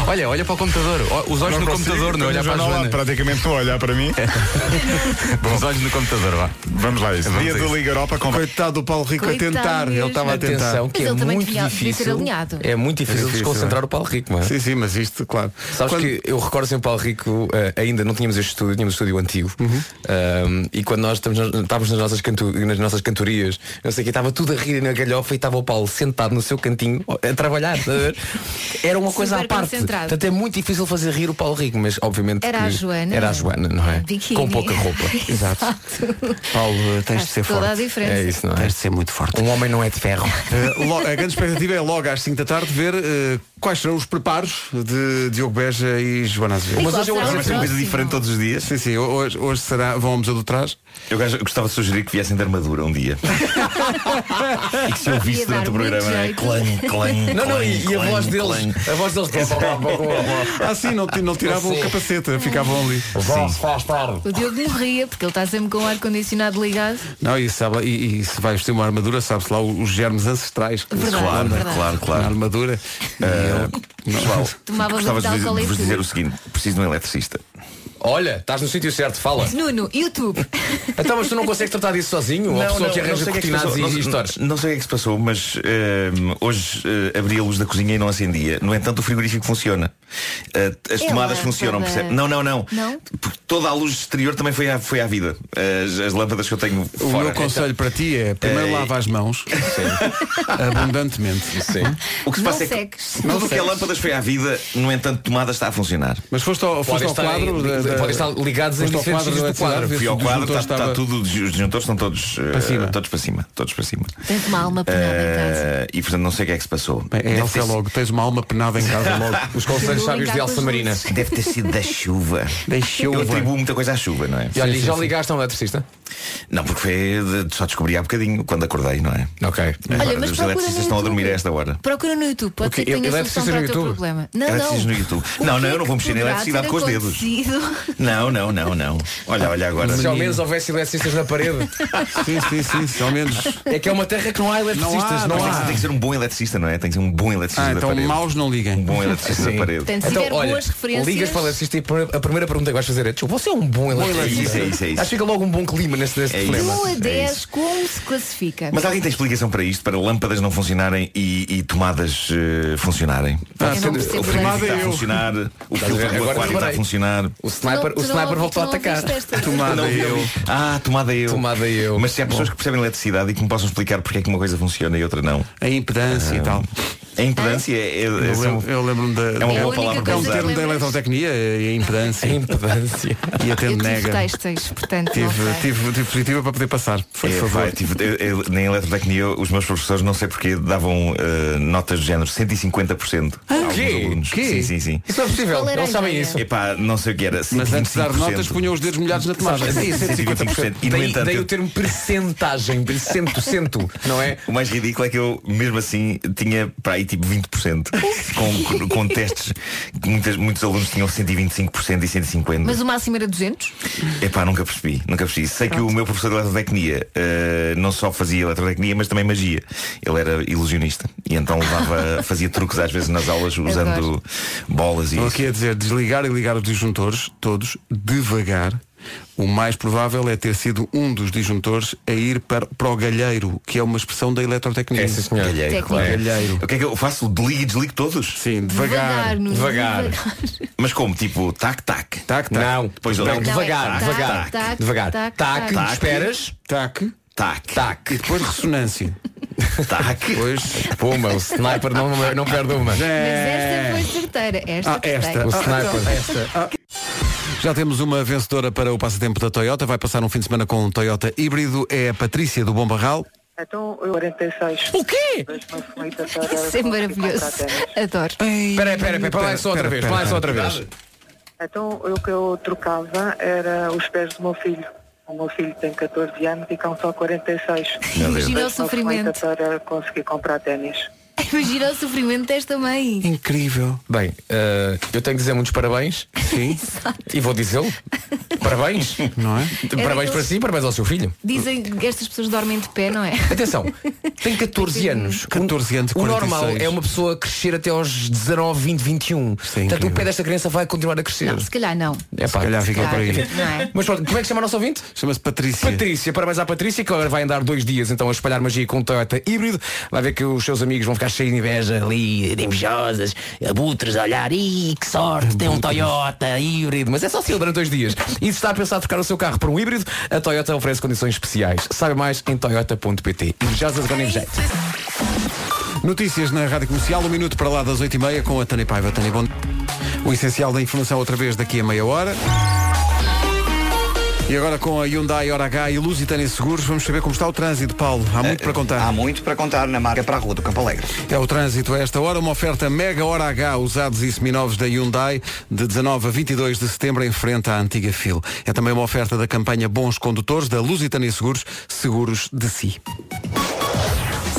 Olha, olha para o computador. Ó, Os olhos
Não
no
consigo,
computador, não
tenho
olha
a
para a
Joana ao
Joana.
lado, praticamente não olhar para mim.
É.
Os olhos no computador, vá.
Vamos lá, isso.
Vamos
Dia
a
da
isso.
Liga Europa com
Coitado do Paulo Rico
Coitado
a tentar.
mesmo.
Ele estava a tentar.
Atenção, que é
Mas ele também
muito
tinha- devia ser
difícil.
alinhado.
É muito difícil
É difícil,
desconcentrar
não é?
o Paulo Rico, mano.
Sim, sim, mas isto, claro.
Sabes
Quando-
que eu recordo sempre o Paulo Rico, eh, ainda não tínhamos este estúdio, tínhamos um estúdio antigo. Um, e quando nós estamos- estávamos nas nossas, canto- nas nossas cantorias, eu sei que estava tudo a rir na galhofa e estava o Paulo sentado no seu cantinho a trabalhar. estás a ver? Era uma coisa à
Super
parte.
concentrado.
Portanto, é muito difícil fazer rir o Paulo Rico, mas obviamente.
Era
que
a Joana.
Era a Joana, não é?
Biquíni.
Com pouca roupa.
Paulo, eh, tens
Faz
de ser
toda
forte.
a diferença.
É isso, não é?
Tens de ser muito forte.
Um homem não é de ferro.
Eh, lo- a grande expectativa é logo às 5 da tarde ver eh, quais serão os preparos de Diogo Beja e Joana Azevedo.
Mas hoje é um
Vai ser uma coisa diferente todos os dias.
Sim, sim, hoje, hoje será, vão ao Museu do Trás.
Eu gosto- eu gostava de sugerir que viessem de armadura um dia. e que se eu
Ia
visse
dar
durante o
muito
programa, não é?
jeito.
Clang, clang.
Não, não, e,
clang,
e a voz
clang,
deles.
clang.
A voz deles.
é Ah, sim, não, ti- não tiravam o capacete, ficavam ali.
faz tarde.
O Diogo morria porque ele está sempre com o ar-condicionado ligado.
Não, e, sabe, e, e se vai vestir uma armadura, sabe-se lá os germes ancestrais. que
Verdade,
se guardam
verdade.
Claro, claro.
Na armadura.
Ah,
Não.
Pessoal,
Tomava
gostava de
Vital
vos- de vos
é
Calipso.
dizer o seguinte, preciso de um eletricista.
Olha, estás no sítio certo, fala.
Nuno, YouTube.
Então, mas tu não consegues tratar disso sozinho? Ou a pessoa que arranja
sei o que é que se
cortinados
passou.
e
Não-
histórias?
Não sei o que é que se passou, mas ehm, hoje eh, abri a luz da cozinha e não acendia. No entanto, o frigorífico funciona. Eh, as
Ela
tomadas funcionam,
estava-
percebe? Não, não, não.
Não?
Porque toda a luz exterior também foi à, foi à vida. Eh, As, as lâmpadas que eu tenho
O
fora.
meu conselho para ti é primeiro
Eh,
lava as mãos abundantemente.
O que se
Não
passa é que
seques. Não
tudo o que é
seques.
lâmpadas foi à vida, no entanto, tomada está a funcionar.
Mas foste ao, foste
Podem
ao
estar
quadro.
em-
da- da-
podem estar
ligados
foste ao quadro da eletricidade, ver
Fui
se
ao
o
quadro,
disjuntor
está, está
estava-
tudo, os disjuntores estão todos eh,
Para cima.
todos para cima. Todos para cima.
Tens uma alma penada em casa.
Eh, e portanto não sei o que é que se passou.
É
Deve
Elsa
ter sido-
logo, tens uma alma penada em casa logo.
Os conselhos
Vou sábios de brincar com Elsa as Marina. luzes.
Deve ter sido da chuva.
Da
Eu
chuva.
atribuo muita coisa à chuva, não é?
E olha, e já ligaste a um eletricista?
Não, porque foi de- só descobri há bocadinho, quando acordei, não é?
Ok.
Olha, mas
os
procura
eletricistas
no
estão a dormir a
YouTube.
esta hora.
Procura no YouTube, pode
O quê?
ser que tenha
Eletricistas
solução para o
no
teu
YouTube?
problema. Não,
Eletricistas
não. é
no YouTube. Não, não, eu não vou mexer na
Poderá
eletricidade
ter
com os dedos.
acontecido.
Não, não, não, não. Olha, olha agora.
Se ao menos houvesse eletricistas na parede.
sim, sim, sim, se ao menos.
É que é uma terra que não há eletricistas, não
Mas
há.
Tem que ser um bom eletricista, não é? Tem que ser um bom eletricista
Ah,
da
então
parede.
maus não liguem.
Um bom eletricista da parede.
Então,
Portanto, se tiver boas referências-
Então, Ligas para o eletricista e a primeira pergunta que vais fazer é "Tio, você é um bom eletricista?
eletricista. É isso, é isso, é isso.
Acho que fica logo um bom clima nesse nesse
É
problema.
De 1 a
É
10, como se classifica?
Mas alguém tem explicação para isto, para lâmpadas não funcionarem e, e tomadas eh, funcionarem?
Ah, Eu não
o é
percebo
frigorífico
nada.
está a
Eu.
funcionar, o
Estás a ver?
filtro do
Agora
aquário está a
reparei.
funcionar.
O sniper,
Tu não-
o
tu não
sniper voltou a
ouviste
atacar.
esta?
Tomada
Não,
eu.
Ah, tomada eu.
Tomada eu.
Mas se há pessoas que percebem eletricidade e que me possam explicar porque é que uma coisa funciona e outra não.
A
Ah.
impedância e tal.
A impedância é. é- é-
Eu
são-
lembro- Eu lembro-me da.
É uma boa É a única palavra para
É um
usar.
termo da eletrotecnia, é a impedância.
impedância.
E a tendo
Eu tive
nega.
têxteis, portanto, não
Tive,
sei.
tive, tive positiva para poder passar. Por
É,
favor.
vai, tive- eu- eu- nem em eletrotecnia os meus professores não sei porque davam eh, notas do género 150%
Ah,
a alguns
Quê?
alunos.
Quê?
Sim, sim, sim.
Isso não é possível,
Qual era
não
a
sabem
ideia?
isso.
É
Epá, não sei o que era.
Mas antes de dar
125%.
notas, punham os dedos molhados na tomada.
Sabes,
Sim, 150%.
E no
daí,
entanto,
daí
eu-
o termo percentagem, percento, cento, não é?
O mais ridículo é que eu, mesmo assim, tinha para aí tipo 20%. com, com, com testes que muitas, muitos alunos tinham 125% e 150%.
Mas o máximo era 200?
Epá, nunca percebi, nunca percebi. Sei que o meu professor de eletrotecnia eh, não só fazia eletrotecnia, mas também magia. Ele era ilusionista e então levava, fazia truques às vezes nas aulas usando bolas e
Estou
isso.
aqui a dizer desligar e ligar os disjuntores, todos, devagar. O mais provável é ter sido um dos disjuntores a ir para, para o galheiro, que é uma expressão da eletrotecnia.
É, sim, senhor.
Galheiro,
Técnica.
claro.
Galheiro.
O que é que eu faço? Desligo e desligo todos?
Sim, devagar.
Nuno,
Devagar.
Mas como? Tipo, tac-tac.
Tac, tac.
Não,
Pois
não,
olha.
devagar,
Tac,
devagar,
é tac,
devagar.
tac,
Tac,
tac.
esperas,
Tac.
Tac.
E
tac.
depois ressonância.
Tac.
Depois.
Puma, o sniper não, não perde uma.
Mas esta foi certeira. Esta
Ah,
é
esta.
gostei.
O
Ah,
sniper.
Já temos uma vencedora para o passatempo da Toyota. Vai passar um fim de semana com um Toyota híbrido. É a Patrícia do Bom Barral.
Então, eu 46.
O quê?
Isso é maravilhoso. Adoro.
Espera, aí, espera, espera, para lá só outra
Espera,
vez,
espera,
para lá só outra
espera.
vez.
Então, o que eu trocava era os pés do meu filho. O meu filho tem 14 anos e cão só 46.
Meu Deus.
Imagina o
Deixa-me
sofrimento.
Para conseguir comprar ténis.
Imagina o sofrimento desta mãe.
Incrível.
Bem, eh, eu tenho que dizer muitos parabéns
Sim,
e vou dizê-lo. Parabéns.
não é?
Parabéns para si, parabéns ao seu filho.
Dizem que estas pessoas dormem de pé, não é?
Atenção, tem 14 anos.
14 anos,
O normal
46.
é uma pessoa crescer até aos 19, 20, 21.
é
Portanto, o
incrível.
pé desta criança vai continuar a crescer.
Não, se calhar não.
É pá.
Se calhar fica por aí.
Não é?
Mas pronto, como é que chama o nosso ouvinte?
Chama-se Patrícia.
Patrícia, parabéns à Patrícia, que agora vai andar dois dias então a espalhar magia com um Toyota híbrido. Vai ver que os seus amigos vão ficar cheios de inveja ali, de invejosas, abutres a olhar, e que sorte, tem um Toyota híbrido. Mas é só seu durante dois dias. E se está a pensar trocar o seu carro por um híbrido, a Toyota oferece condições especiais. Saiba mais em toyota.pt. Invejosas ganhem jeito.
Notícias na Rádio Comercial, um minuto para lá das 8h30 com a Tânia Paiva. Tânia, bom... O essencial da informação outra vez daqui a meia hora. E agora com a Hyundai Hora H e Lusitânia Seguros, vamos saber como está o trânsito, Paulo. Há muito para contar.
Há muito para contar na marca para a Rua do Campo Alegre.
É o trânsito a esta hora, uma oferta Mega Hora H, usados e seminovos da Hyundai, de 19 a 22 de setembro, em frente à antiga FIL. É também uma oferta da campanha Bons Condutores, da Lusitânia Seguros, Seguros de Si.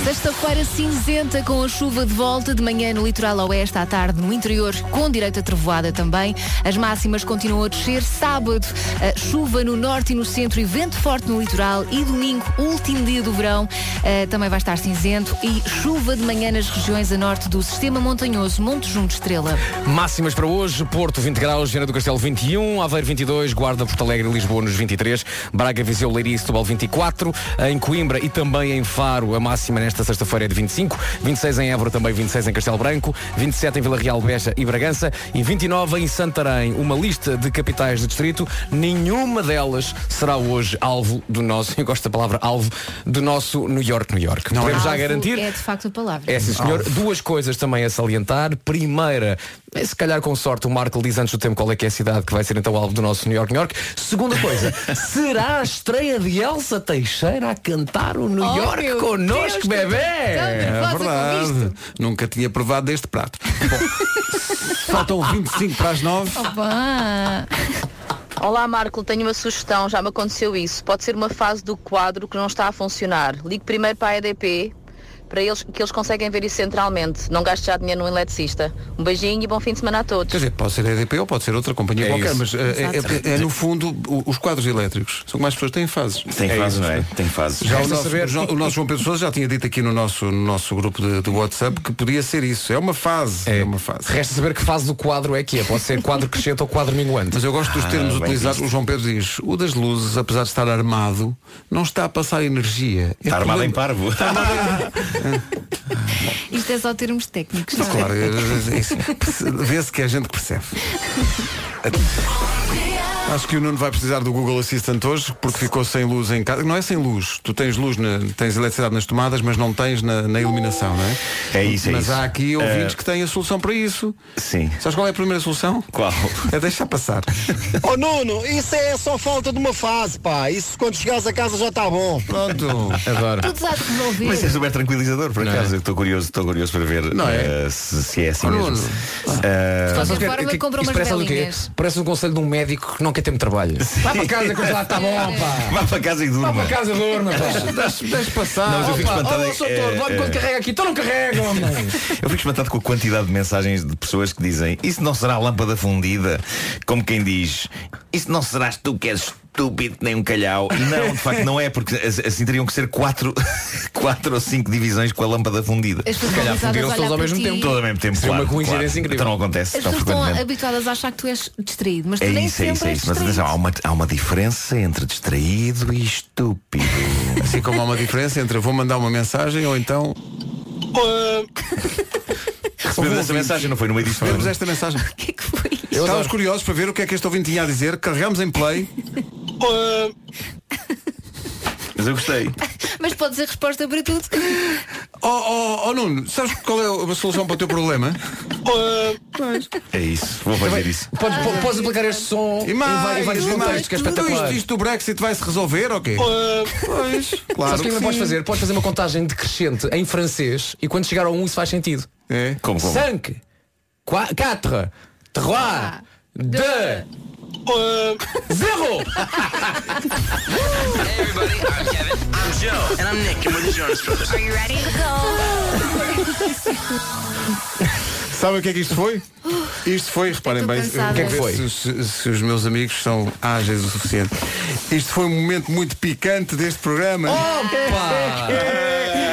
Sexta-feira cinzenta com a chuva de volta de manhã no litoral oeste, à tarde no interior, com direito a trevoada também. As máximas continuam a descer. Sábado, eh, chuva no norte e no centro e vento forte no litoral. E domingo, último dia do verão, eh, também vai estar cinzento e chuva de manhã nas regiões a norte do sistema montanhoso Monte Junto Estrela.
Máximas para hoje, Porto 20 graus, Viana do Castelo 21, Aveiro 22, Guarda, Porto Alegre e Lisboa nos 23, Braga, Viseu, Leiria e Setúbal 24, em Coimbra e também em Faro a máxima nesta sexta-feira é de 25, 26 em Évora também 26 em Castelo Branco, 27 em Vila Real, Beja e Bragança e 29 em Santarém. Uma lista de capitais de distrito, nenhuma delas será hoje alvo do nosso, eu gosto da palavra alvo, do nosso New York, New York. Não Podemos já
Alvo
garantir
É de facto a palavra.
é sim, senhor. Duas coisas também a salientar. Primeira, eh, se calhar com sorte o Marco diz antes do tempo qual é que é a cidade que vai ser então alvo do nosso New York, New York. Segunda coisa, será a estreia de Elsa Teixeira a cantar o New
Oh,
York
meu Deus,
connosco, bebê?
Então,
É verdade. Nunca tinha provado deste prato. Bom, faltam 25 para as 9.
Opa! Olá Marco, tenho uma sugestão, já me aconteceu isso. Pode ser uma fase do quadro que não está a funcionar. Ligue primeiro para a EDP, para eles que eles conseguem ver isso centralmente. Não gaste já dinheiro num eletricista. Um beijinho e bom fim de semana a todos.
Quer dizer, pode ser a EDP ou pode ser outra companhia
É
qualquer,
isso.
mas eh,
Exato.
é, é- é, no fundo o- os quadros elétricos. São que mais pessoas têm fases.
Tem fases, não é? Tem fases.
Já o,
Resta
nosso,
saber.
o jo- o nosso João Pedro Sousa já tinha dito aqui no nosso, no nosso grupo de, de WhatsApp que podia ser isso. É uma fase. É, uma fase.
Resta saber que fase do quadro é que é. Pode ser quadro crescente ou quadro minguante.
Mas eu gosto
Ah,
dos termos utilizados. O João Pedro diz, o das luzes, apesar de estar armado, não está a passar energia. É
Está
problema-
armado em parvo.
Isto é só termos técnicos. não é?
Claro, é isso. vê-se que é gente que percebe. Acho que o Nuno vai precisar do Google Assistant hoje porque ficou sem luz em casa. Não é sem luz. Tu tens luz, na- tens eletricidade nas tomadas, mas não tens na, na iluminação, não é?
É isso, é
Mas
isso.
há aqui ouvintes
Eh,
que têm a solução para isso.
Sim.
Sabes qual é a primeira solução?
Qual?
É deixar passar.
Oh Nuno, isso é só falta de uma fase, pá. Isso quando chegares a casa já está bom.
Pronto.
Adoro.
Tudo
já resolvido.
Mas é super tranquilizador, por acaso. Eu estou curioso, estou curioso para ver
Não
eh, se, se é assim
Bruno.
mesmo. Eh,
Sabes o que é-
forma,
que- que-
compra
isso
umas
parece, sabe o quê?
velinhas.
parece um conselho de um médico que não quer ter muito trabalho. Vá para casa, que lá está bom, pá.
Vá para casa e durma.
Vá para Tá casa, durma, pá.
Deixa passar.
Não, mas eu fico espantado,
Olha,
é-
doutor,
é-
vai-me quando carrega aqui. Então não carrega, homem.
Eu fico espantado com a quantidade de mensagens de pessoas que dizem isso não será lâmpada fundida, como quem diz isso não serás tu que és estúpido nem um calhau. Não, de facto não é, porque as- assim teriam que ser quatro, quatro ou cinco divisões com a lâmpada fundida.
As pessoas estão habituadas a olhar para ti.
Todos um ao mesmo tempo,
Seria
claro,
é uma coincidência
claro.
incrível.
Então não acontece
As
tão
pessoas estão
frequentemente.
habituadas a achar que tu és distraído, mas tu
É
nem
isso, é
sempre
isso, é
és
isso. Mas
distraído.
atenção, há uma, há uma diferença entre distraído e estúpido.
Assim como há uma diferença entre eu vou mandar uma mensagem ou então.
Recebemos essa mensagem, não foi? No meio disto.
Recebemos esta mensagem. O que é que foi? Estávamos curiosos para ver o que é que este ouvinte tinha a dizer. Carregamos em play.
Mas eu gostei.
Mas podes dizer resposta para tudo.
Oh, oh, oh, Nuno, sabes qual é a solução para o teu problema?
É isso, vou fazer isso.
Podes, po- podes aplicar este som
E mais,
Oh, em va- em vários
e mais,
contextos, que é
tudo
espetacular.
isto, isto do Brexit vai se resolver ou quê? Pois, claro.
Sabes o que ainda
sim.
podes fazer? Podes fazer uma contagem decrescente em francês e quando chegar ao 1 isso faz sentido.
É?
Como, como?
5, 4, 3, 2, 0!
I'm Joe. And I'm Nick, and we're the Jonas Brothers. Are you ready?
Sabem o que é que isto foi? Isto foi, reparem bem,
Oh, cansada.
o que é que
Foi.
foi? Se, se- se os meus amigos são ágeis o suficiente. Isto foi um momento muito picante deste programa.
Opa!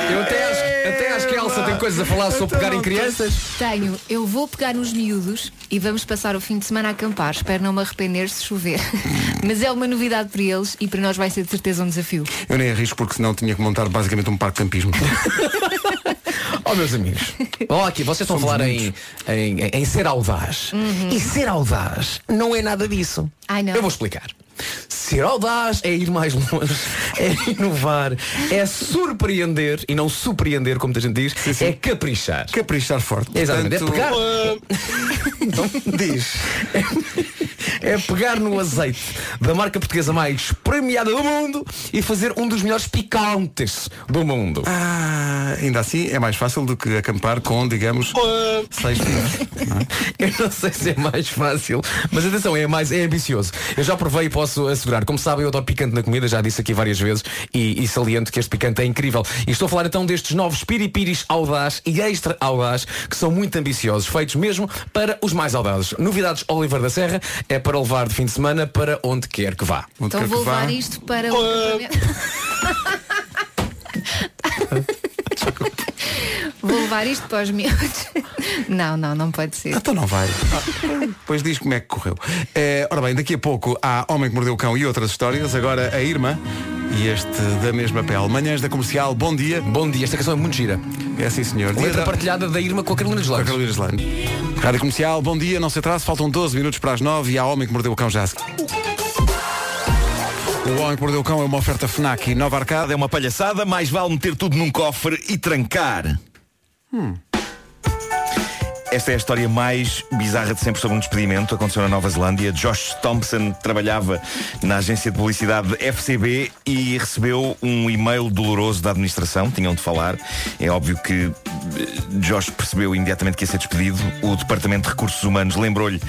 Eu até acho, até acho que a Elsa tem coisas a falar
Então,
sobre pegar em crianças.
Tenho, eu vou pegar nos miúdos e vamos passar o fim de semana a acampar. Espero não me arrepender se chover. Mas é uma novidade para eles e para nós vai ser de certeza um desafio.
Eu nem arrisco porque senão tinha que montar basicamente um parque de campismo.
Oh meus amigos, oh, aqui, vocês estão a falar em, em, em- em ser audaz. E ser audaz não é nada disso.
Uhum. Ai não.
Eu vou explicar. Ser audaz é ir mais longe, é inovar, é surpreender e não surpreender, como muita gente diz, é caprichar.
É
Caprichar forte.
Exatamente.
então. Portanto,
É pegar.
Diz.
é pegar no azeite da marca portuguesa mais premiada do mundo e fazer um dos melhores picantes do mundo.
Ah, ainda assim é mais fácil do que acampar com, digamos, seis filhos.
Eu não sei se é mais fácil, mas atenção, é mais é ambicioso. Eu já provei e posso assegurar. Como sabem, eu adoro picante na comida, já disse aqui várias vezes e, e saliento que este picante é incrível. E estou a falar então destes novos piripiris audaz e extra audaz, que são muito ambiciosos, feitos mesmo para os mais audazes. Novidades Oliver da Serra é para levar de fim de semana para onde quer que vá. Onde
Então vou levar isto para o casamento. Vou levar isto para os miúdos. Não, não, não pode ser.
Então não vai. Depois diz como é que correu. Eh, ora bem, daqui a pouco há Homem que Mordeu o Cão e outras histórias. Agora a Irmã e este da mesma pele. Manhãs da Comercial, bom dia.
Bom dia, esta canção é muito gira.
É sim, senhor.
Letra
da-
partilhada da Irma com a Carolina
Com a
Deslandes.
Carolina Islândia. Rádio Comercial, bom dia, não se atrase, faltam 12 minutos para as 9 e há Homem que Mordeu o Cão já. a seguir. O Homem que Mordeu o Cão é uma oferta FNAC e Nova Arcada.
É uma palhaçada, mais vale meter tudo num cofre e trancar. Esta é a história mais bizarra de sempre sobre um despedimento. Aconteceu na Nova Zelândia. Josh Thompson trabalhava na agência de publicidade FCB e recebeu um e-mail doloroso da administração. Tinham de falar. É óbvio que eh, Josh percebeu imediatamente que ia ser despedido. O Departamento de Recursos Humanos lembrou-lhe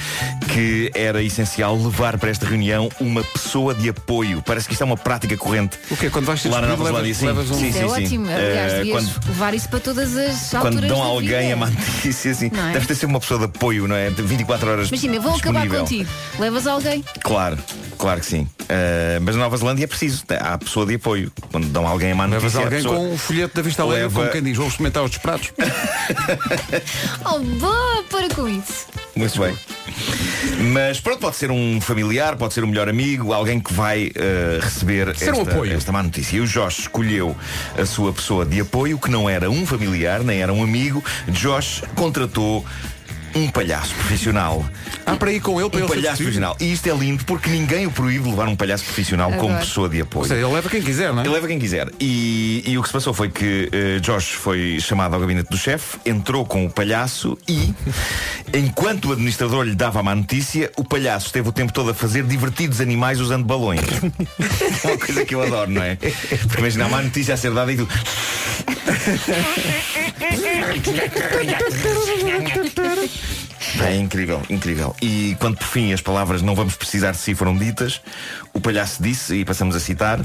que era essencial levar para esta reunião uma pessoa de apoio. Parece que isto é uma prática corrente.
O quê? Quando vais ser
Lá na Nova
despedido,
Zelândia,
levas- levas
sim.
um-
sim,
Isso
sim,
é
sim.
ótimo. Aliás,
Eh,
devias
quando-
levar isso para todas as
quando
alturas
dão
da
a alguém
vida.
a notícia assim,
Não é?
deve ter sido uma pessoa de apoio, não é? De 24 horas.
Imagina, vão acabar
disponível.
contigo. Levas alguém.
Claro, claro que sim. Ah, mas na Nova Zelândia é preciso. Há pessoa de apoio. Quando dão alguém a É má
Levas
notícia. a
alguém
pessoa-
com um folheto da Vista Alegre,
Leva-
com quem diz, vou experimentar os pratos.
Oh, boa, para com isso.
Muito bem. Mas pronto, pode ser um familiar, pode ser um melhor amigo, alguém que vai eh, receber
Ser
esta,
um apoio.
esta má notícia. E o Josh escolheu a sua pessoa de apoio, que não era um familiar, nem era um amigo. Josh contratou um palhaço profissional.
Ah, para ir com ele, para
um
ele ser
palhaço
despedido?
profissional. E isto é lindo porque ninguém o proíbe de levar um palhaço profissional como
Adoro.
pessoa de apoio.
Ou seja, ele leva quem quiser, não é?
Ele leva quem quiser. E, e o que se passou foi que eh, Josh foi chamado ao gabinete do chefe, entrou com o palhaço e, enquanto o administrador lhe dava a má notícia, o palhaço esteve o tempo todo a fazer divertidos animais usando balões. É uma coisa que eu adoro, não é? Porque imagina a má notícia a ser dada e tu. É incrível, incrível. E quando por fim as palavras não vamos precisar de si foram ditas, o palhaço disse, e passamos a citar.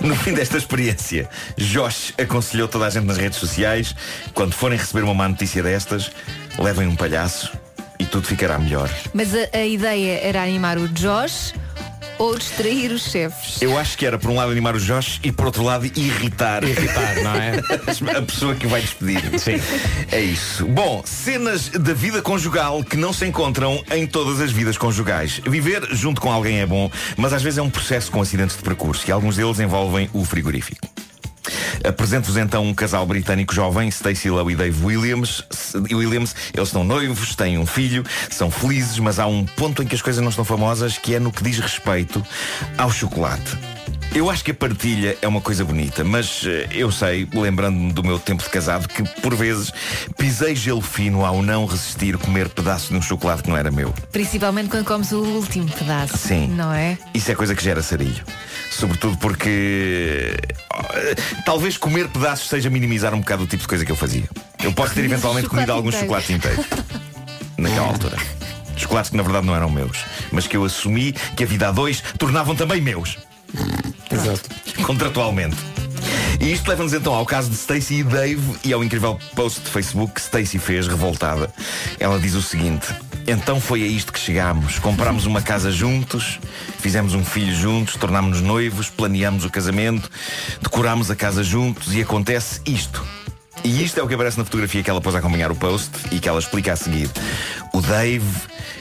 No fim desta experiência, Josh aconselhou toda a gente nas redes sociais, quando forem receber uma má notícia destas, levem um palhaço e tudo ficará melhor.
Mas a, a ideia era animar o Josh ou distrair os chefes.
Eu acho que era por um lado animar o Josh e por outro lado irritar.
Irritar, não é?
A pessoa que o vai despedir. Sim. É isso. Bom, cenas da vida conjugal que não se encontram em todas as vidas conjugais. Viver junto com alguém é bom, mas às vezes é um processo com acidentes de percurso e alguns deles envolvem o frigorífico. Apresento-vos então um casal britânico jovem, Stacey Lowe e Dave Williams. S- Williams, eles estão noivos, têm um filho, são felizes, mas há um ponto em que as coisas não estão famosas, que é no que diz respeito ao chocolate. Eu acho que a partilha é uma coisa bonita, mas eh, eu sei, lembrando-me do meu tempo de casado, que por vezes pisei gelo fino ao não resistir comer pedaço de um chocolate que não era meu.
Principalmente quando comes o último pedaço.
Sim.
Não é?
Isso é coisa que gera sarilho. Sobretudo porque eh, talvez comer pedaços seja minimizar um bocado o tipo de coisa que eu fazia. Eu posso ter
Comias
eventualmente
o
comido
chocolate
alguns
inteiro.
chocolates inteiros naquela altura. Chocolates que na verdade não eram meus, mas que eu assumi que a vida a dois tornavam também meus.
Exato.
Contratualmente. E isto leva-nos então ao caso de Stacy e Dave e ao incrível post de Facebook que Stacy fez, revoltada. Ela diz o seguinte: Então foi a isto que chegámos. Comprámos uma casa juntos, fizemos um filho juntos, tornámos-nos noivos, planeámos o casamento, decorámos a casa juntos e acontece isto. E isto é o que aparece na fotografia que ela pôs a acompanhar o post e que ela explica a seguir. O Dave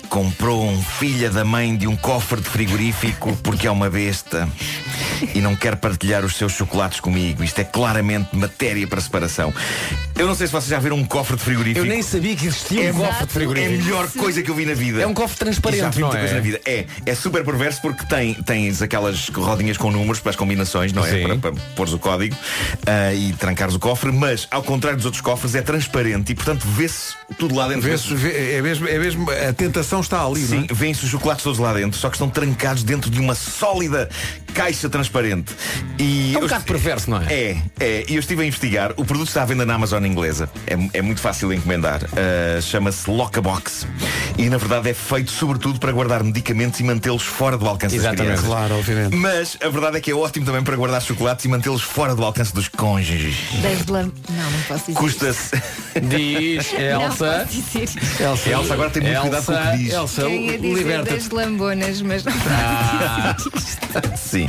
comprou um filha da mãe de um cofre de frigorífico porque é uma besta e não quer partilhar os seus chocolates comigo. Isto é claramente matéria para separação. Eu não sei se vocês já viram um cofre de frigorífico.
Eu nem sabia que existia um
É-
cofre de frigorífico.
É a melhor coisa que eu vi na vida.
É um cofre transparente,
Já vi muita
não é?
coisa na vida. É, é super perverso porque tem, tens aquelas rodinhas com números para as combinações, não é? Para, para pôres o código ah, e trancares o cofre, mas ao contrário dos outros cofres é transparente e portanto vê-se tudo lá dentro.
Vê-se- vê- é, mesmo, é mesmo- a tentação está ali,
Sim,
não é?
vêm-se os chocolates todos lá dentro, só que estão trancados dentro de uma sólida caixa transparente. E é um bocado
perverso, não é?
É, é. E eu estive a investigar. O produto está à venda na Amazon inglesa. É, mu- é muito fácil de encomendar. Ah, Chama-se Lockbox. E na verdade é feito sobretudo para guardar medicamentos e mantê-los fora do alcance das crianças.
Claro, obviamente.
Mas a verdade é que é ótimo também para guardar chocolates e mantê-los fora do alcance dos cônjuges.
Desde lam... Não, não posso dizer.
Custa-se.
Diz
Não posso dizer.
Elsa,
Elsa agora tem muito cuidado com o que diz.
Elsa,
Quem ia dizer
liberta-te.
das lambonas, mas não
Ah,
posso dizer.
Sim.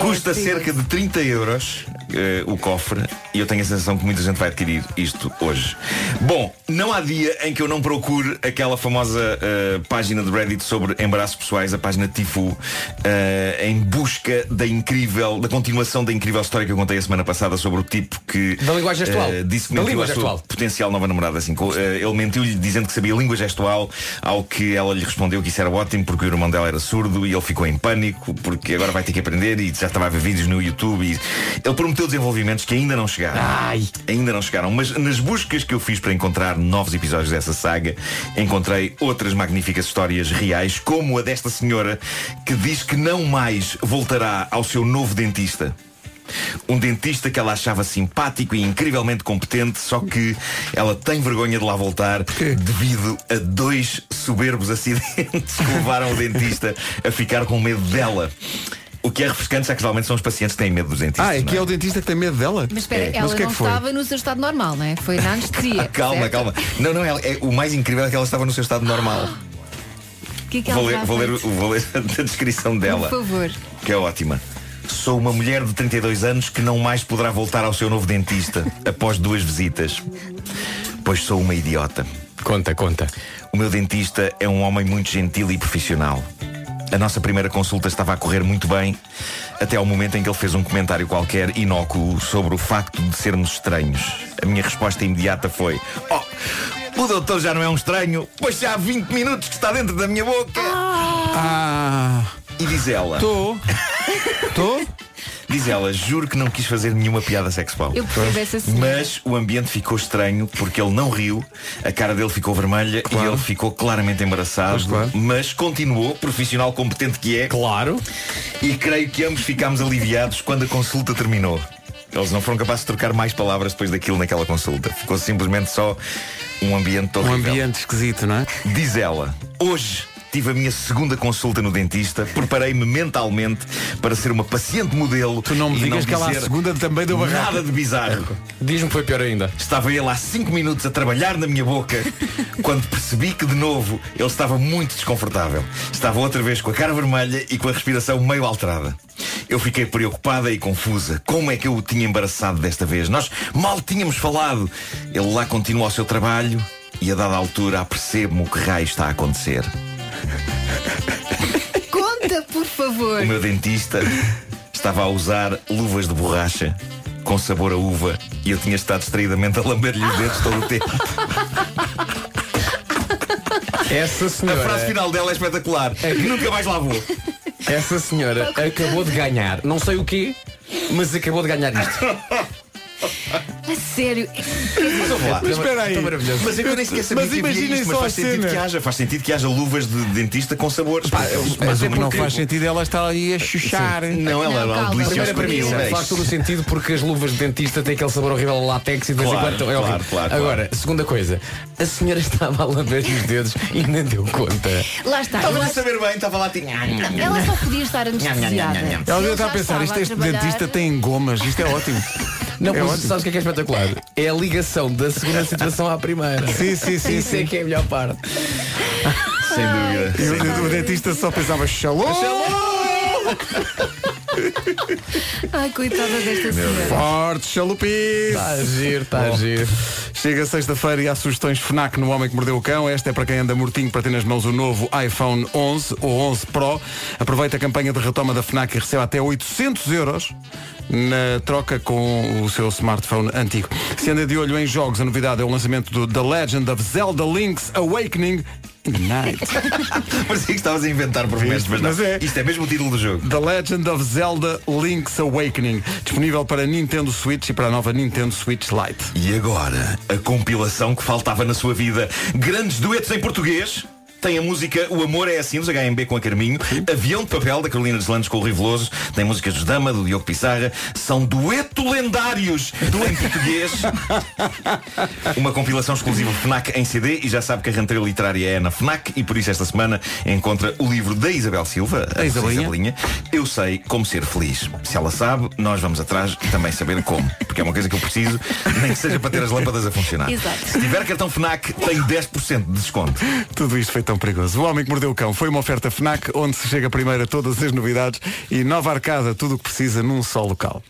Custa cerca de 30 euros eh, o cofre e eu tenho a sensação que muita gente vai adquirir isto hoje. Bom, não há dia em que eu não procure aquela famosa eh, página de Reddit sobre embaraços pessoais, a página Tifu, eh, em busca da incrível, da continuação da incrível história que eu contei a semana passada sobre o tipo que
Da linguagem gestual.
eh, disse que
Da
mentiu à
língua
sua
gestual.
potencial nova namorada assim. co- eh, Ele mentiu-lhe dizendo que sabia língua gestual, ao que ela lhe respondeu que isso era ótimo porque o irmão dela era surdo e ele ficou em pânico porque agora vai ter que aprender e já estava a ver vídeos no YouTube e ele prometeu desenvolvimentos que ainda não chegaram. Ainda não chegaram, mas nas buscas que eu fiz para encontrar novos episódios dessa saga, encontrei outras magníficas histórias reais, como a desta senhora que diz que não mais voltará ao seu novo dentista. Um dentista que ela achava simpático e incrivelmente competente, só que ela tem vergonha de lá voltar devido a dois soberbos acidentes que levaram o dentista a ficar com medo dela. O que é refrescante, já que geralmente são os pacientes que têm medo dos dentistas.
Ah, é
não
que é o dentista que tem medo dela?
Mas espera,
É.
ela
Mas o que é
não
que foi?
estava no seu estado normal, não é? Foi na anestesia.
Ah, calma,
certo?
calma. Não, não, ela- é, o mais incrível é que ela estava no seu estado normal.
O que é que ela
Vou ler,
já
vou ler,
fez?
vou ler a descrição dela.
Por favor.
que é ótima. Sou uma mulher de 32 anos que não mais poderá voltar ao seu novo dentista após duas visitas. Pois sou uma idiota.
Ah, Conta, conta.
O meu dentista é um homem muito gentil e profissional. A nossa primeira consulta estava a correr muito bem, até ao momento em que ele fez um comentário qualquer inócuo sobre o facto de sermos estranhos. A minha resposta imediata foi: Oh, o doutor já não é um estranho, pois já há 20 minutos que está dentro da minha boca.
Ah. Um
E diz ela:
Estou. Estou?
Diz ela, juro que não quis fazer nenhuma piada sexual.
Eu percebo essa senhora.
Mas o ambiente ficou estranho porque ele não riu, a cara dele ficou vermelha e ele ficou claramente embaraçado, mas continuou, profissional competente que é.
Claro.
E creio que ambos ficámos aliviados quando a consulta terminou. Eles não foram capazes de trocar mais palavras depois daquilo naquela consulta. Ficou simplesmente só um ambiente horrível.
Um ambiente esquisito, não é?
Diz ela, hoje tive a minha segunda consulta no dentista, preparei-me mentalmente para ser uma paciente modelo. Tu não
me digas que ela à segunda também deu barraca.
Nada de bizarro.
Diz-me foi pior ainda.
Estava ele há 5 minutos a trabalhar na minha boca quando percebi que de novo ele estava muito desconfortável. Estava outra vez com a cara vermelha e com a respiração meio alterada. Eu fiquei preocupada e confusa. Como é que eu o tinha embaraçado desta vez? Nós mal tínhamos falado. Ele lá continua ao seu trabalho e a dada altura apercebo-me o que raio está a acontecer.
Conta, por favor.
O meu dentista estava a usar luvas de borracha com sabor a uva e eu tinha estado distraídamente a lamber-lhe os dedos todo o tempo.
Essa senhora.
A frase final dela é espetacular. É que nunca mais lá vou.
É,
Essa
Tá
senhora acabou de ganhar, não sei o quê, mas acabou de ganhar isto.
A sério.
Mas eu vou lá.
Mas espera aí.
Tá
Tão maravilhoso. Mas é que eu nem sequer sabia
Mas
que havia
imaginem
isto, mas
só
faz
a
sentido
cena. é,
que haja. Faz sentido que haja luvas de dentista com sabores.
Ah,
Mas
eu
não faz sentido ela estar aí a chuchar.
Não, ela era um
Primeira
delicioso
premissa,
comida.
faz todo o sentido porque as luvas de dentista têm aquele sabor horrível ao látex e de vez
Claro,
em quando é
claro,
horrível.
claro, claro.
Agora, segunda coisa, a senhora estava a lamber os dedos e nem deu conta.
Lá está.
Estava
Eu
a
acho-
saber bem, estava lá tinha.
Ela só podia estar anestesiada.
Ela devia estar a pensar, isto é este dentista tem gomas, isto é ótimo.
Não,
é
mas
ótimo.
sabes o que é que é espetacular? É a ligação da segunda situação à primeira.
Sim, sim, sim,
Isso
sim.
é que é a melhor parte.
Sem dúvida.
E o, o dentista só pensava, xalô!
Ai, coitada desta senhora.
Forte, xalupice!
Está Tá a giro, está a
Bom.
giro.
Chega sexta-feira e há sugestões FNAC no Homem que Mordeu o Cão. Esta é para quem anda mortinho para ter nas mãos o novo iPhone 11 ou 11 Pro. Aproveita a campanha de retoma da FNAC e recebe até 800 euros na troca com o seu smartphone antigo. Se anda de olho em jogos, a novidade é o lançamento do The Legend of Zelda Link's Awakening in the Night.
Parecia que estavas a inventar por momentos, mas não.
mas é.
Isto é mesmo o título do jogo.
The Legend of Zelda Link's Awakening, disponível para Nintendo Switch e para a nova Nintendo Switch Lite.
E agora, a compilação que faltava na sua vida. Grandes duetos em português. Tem a música O Amor é Assim, dos HMB com a Carminho, Avião de Papel, da Carolina dos Landes com o Rui Veloso, tem músicas dos Dama, do Diogo Pissarra, são dueto lendários do em português. Uma compilação exclusiva FNAC em CD e já sabe que a rentrée literária é na FNAC e por isso esta semana encontra o livro da Isabel Silva, a
Isabelinha.
Isabelinha, Eu Sei Como Ser Feliz. Se ela sabe, nós vamos atrás e também saber como, porque é uma coisa que eu preciso, nem que seja para ter as lâmpadas a funcionar.
Exato.
Se tiver cartão FNAC, tem 10% de desconto.
Tudo isto foi tão perigoso. O Homem que Mordeu o Cão foi uma oferta FNAC, onde se chega primeiro a todas as novidades e nova arcada, tudo o que precisa num só local.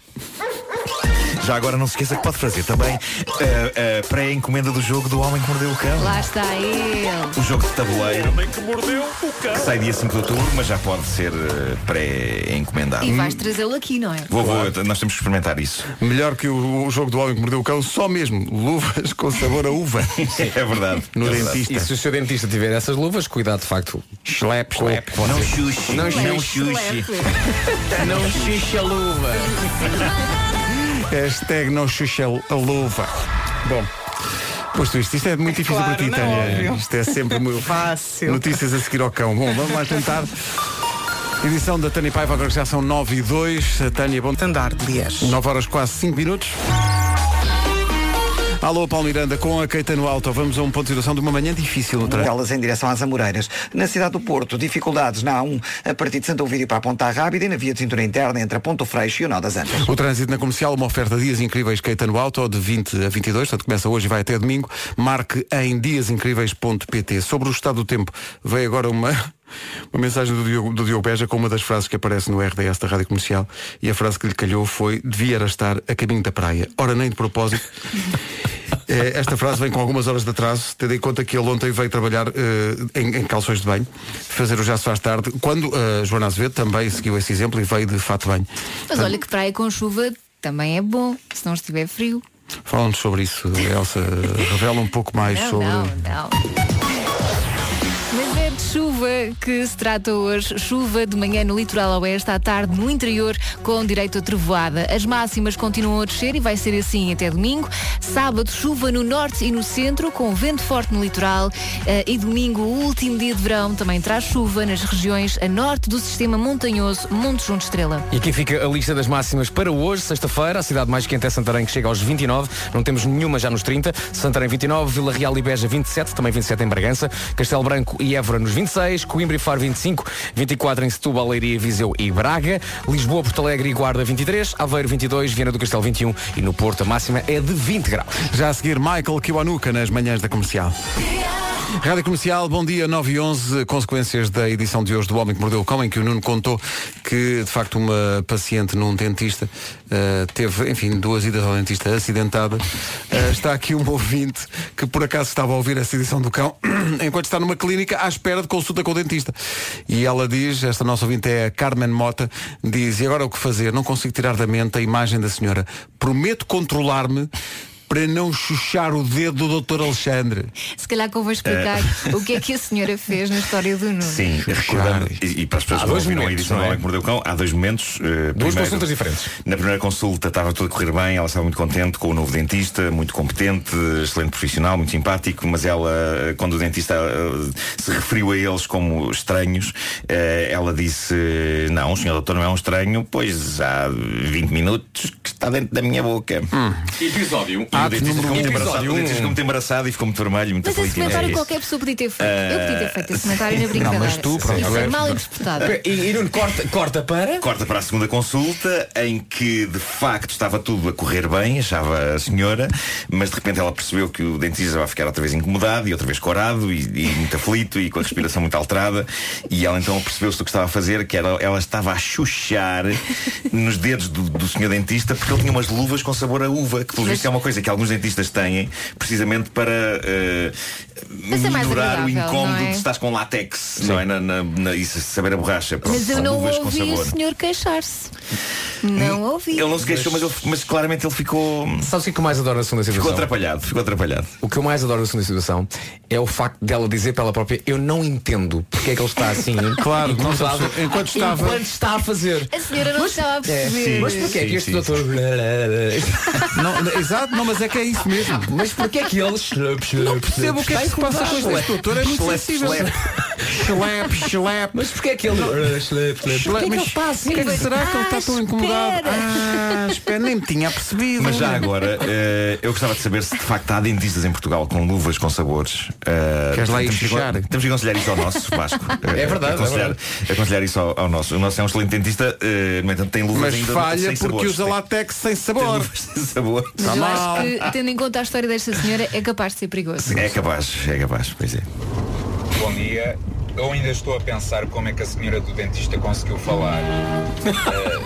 Já agora não se esqueça que pode fazer também a pré-encomenda do jogo do Homem que Mordeu o Cão.
Lá está ele.
O jogo de tabuleiro
que mordeu o
que sai dia 5 de outubro, mas já pode ser eh, pré-encomendado.
E vais trazê-lo aqui, não é?
Vou, vou, eu- nós temos que experimentar isso.
Melhor que o, o jogo do Homem que Mordeu o Cão, só mesmo luvas com sabor a uva.
É verdade.
No
É verdade.
dentista.
E se o seu dentista tiver essas luvas, cuidado de facto. Schlep, schlep.
Não xuxe.
Não
É um
Não
xuxe.
Não xixa luva.
Hashtag não xuxa a luva. Bom. Posto isto, isto é muito difícil
Claro,
para ti,
não,
Tânia.
óbvio.
Isto é sempre muito
Fácil.
Notícias a seguir ao cão. Bom, vamos lá tentar. Edição da Tânia Paiva, agora já são 9 e 2. A Tânia, bom andar, dias. 9 horas, quase 5 minutos. Alô, Paulo Miranda, com a Keita no alto. Vamos a um ponto de situação de uma manhã difícil no trânsito.
Elas em direção às Amoreiras. Na cidade do Porto, dificuldades na A1, a partir de Santo Ovídio para a Ponta Rábida e na via de cintura interna entre a Ponto Freixo e o Nó das Antas.
O trânsito na comercial, uma oferta Dias Incríveis Keita no Auto, de 20 a 22, portanto começa hoje e vai até domingo. Marque em diasincríveis.pt. Sobre o estado do tempo, veio agora uma, uma mensagem do Diogo, do Diogo Beja com uma das frases que aparece no RDS da Rádio Comercial e a frase que lhe calhou foi devia era estar a caminho da praia. Ora, nem de propósito. Eh, Esta frase vem com algumas horas de atraso, tendo em conta que ele ontem veio trabalhar eh, em, em calções de banho, fazer o já se faz tarde, quando a Joana Azevedo também seguiu esse exemplo e veio de fato de banho.
Mas olha que praia com chuva também é bom, se não estiver frio.
Fala-nos sobre isso, Elsa. Revela um pouco mais
não,
sobre.
não, não. Mas é de chuva que se trata hoje. Chuva de manhã no litoral oeste, à tarde no interior, com direito a trevoada. As máximas continuam a descer e vai ser assim até domingo. Sábado, chuva no norte e no centro, com vento forte no litoral. Eh, E domingo, o último dia de verão, também traz chuva nas regiões a norte do sistema montanhoso Monte Junto Estrela.
E aqui fica a lista das máximas para hoje, sexta-feira. A cidade mais quente é Santarém, que chega aos 29. Não temos nenhuma já nos 30. Santarém 29, Vila Real e Beja 27, também 27 em Bragança. Castelo Branco e Évora nos 26, Coimbra e Faro 25, 24 em Setúbal, Leiria, Viseu e Braga. Lisboa, Porto Alegre e Guarda 23, Aveiro 22, Viana do Castelo 21 e no Porto a máxima é de 20 graus.
Já a seguir, Michael Kiwanuka nas manhãs da comercial. Rádio Comercial, bom dia, 9 e 11, consequências da edição de hoje do Homem que Mordeu o Cão, em que o Nuno contou que, de facto, uma paciente num dentista eh, teve, enfim, duas idas ao dentista acidentada. Eh, está aqui um ouvinte que, por acaso, estava a ouvir essa edição do cão, enquanto está numa clínica à espera de consulta com o dentista. E ela diz, esta nossa ouvinte é a Carmen Mota, diz, e agora o que fazer? Não consigo tirar da mente a imagem da senhora. Prometo controlar-me para não chuchar o dedo do Dr. Alexandre.
Se calhar que eu vou explicar o que é que a senhora fez na história do Nuno.
Sim, recordando. E, e para as pessoas
Há
que não
dois
ouviram a
momentos,
edição do
não é?
Homem que Mordeu o Cão, há dois momentos. eh,
Duas consultas diferentes.
Na primeira consulta estava tudo a correr bem, ela estava muito contente com o novo dentista, muito competente, excelente profissional, muito simpático, mas ela, eh, quando o dentista eh, se referiu a eles como estranhos, eh, ela disse, eh, não, o senhor doutor não é um estranho, pois há 20 minutos que está dentro da minha boca.
Hum. Episódio. um.
E o dentista ficou muito embaraçado,
Episódio
o dentista ficou
um.
muito embaraçado e ficou muito vermelho, muito
Mas esse
aflito. É
comentário
isso.
qualquer pessoa podia ter feito.
Eh,
Eu podia ter feito esse comentário na brincadeira. Isso é mal interpretado.
E, e não corta, corta para?
Corta para a segunda consulta, em que de facto estava tudo a correr bem, achava a senhora, mas de repente ela percebeu que o dentista vai ficar outra vez incomodado e outra vez corado e, e muito aflito e com a respiração muito alterada. E ela então percebeu-se do que estava a fazer, que era, ela estava a chuchar nos dedos do, do senhor dentista porque ele tinha umas luvas com sabor a uva, que pelo
Mas
visto é uma coisa que que alguns dentistas têm, precisamente para eh,
Para ser é mais
minorar o
agradável,
incómodo
não é?
de estás com látex, não é? Na, na, na- e se saber a borracha. pronto,
Mas eu
são
não
luvas com
ouvi o
sabor.
senhor queixar-se. Não ouvi.
Ele não se queixou, mas, ele- mas claramente ele ficou.
Sabes o que é que eu mais adoro na segunda situação?
Ficou atrapalhado, ficou atrapalhado.
O que eu mais adoro na segunda situação é o facto dela dizer pela própria eu não entendo porque é que ele está assim
Claro, não
incomodado,
sabe- enquanto estava-
enquanto está a fazer.
A senhora não estava a
É,
perceber.
mas porquê é que
Sim,
este
sim,
doutor
Não, exato, não, mas é que é isso mesmo.
Mas porquê é que eles
Não percebo o que é que se passa com este doutor, é muito sensível. Schlep, schlep.
Mas porquê é que ele
Schlep, mas
assim?
O que é que será que ele está tão incomodado? Ah, espera, nem me tinha percebido.
Mas já
é
agora, eh, eu gostava de saber se de facto há dentistas em Portugal com luvas com sabores. Eh,
Queres lá ir
temos que-
fechar?
Temos que aconselhar isso ao nosso, Vasco. Eh,
É verdade, é
Aconselhar,
verdade.
aconselhar isso ao, ao nosso. O nosso é um excelente dentista, eh, no entanto tem luvas
Mas
ainda
falha
sem
porque
sabores.
usa látex sem
Tem um
sabor.
luvas sem sabor.
Mas eu acho que, tendo em conta a história desta senhora, é capaz de ser perigoso.
É capaz, é capaz, pois é.
Bom dia. Eu ainda estou a pensar como é que a senhora do dentista conseguiu falar. Eh,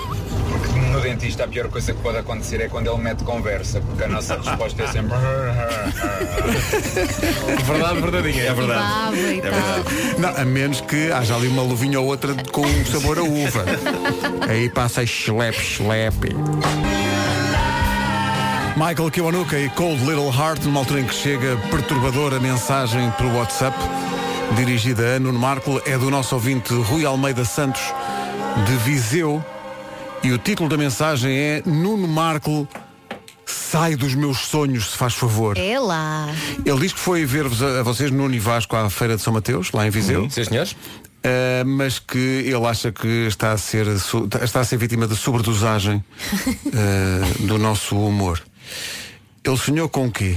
Porque no dentista a pior coisa que pode acontecer é quando ele mete conversa, porque a nossa resposta é sempre.
Verdade verdadeira. É
verdade.
e É tal. verdade.
Não, a menos que haja ali uma luvinha ou outra com um sabor a uva. Aí passa schlepe, schlepe. Michael Kiwanuka e Cold Little Heart, numa altura em que chega perturbadora mensagem pelo WhatsApp, dirigida a Nuno Marco, é do nosso ouvinte Rui Almeida Santos, de Viseu, e o título da mensagem é Nuno Marco, sai dos meus sonhos, se faz favor.
É lá.
Ele diz que foi ver-vos a, a vocês no Univasco à Feira de São Mateus, lá em Viseu.
Sim, senhores.
Ah, mas que ele acha que está a ser, su- está a ser vítima de sobredosagem ah, do nosso humor. Ele sonhou com o quê?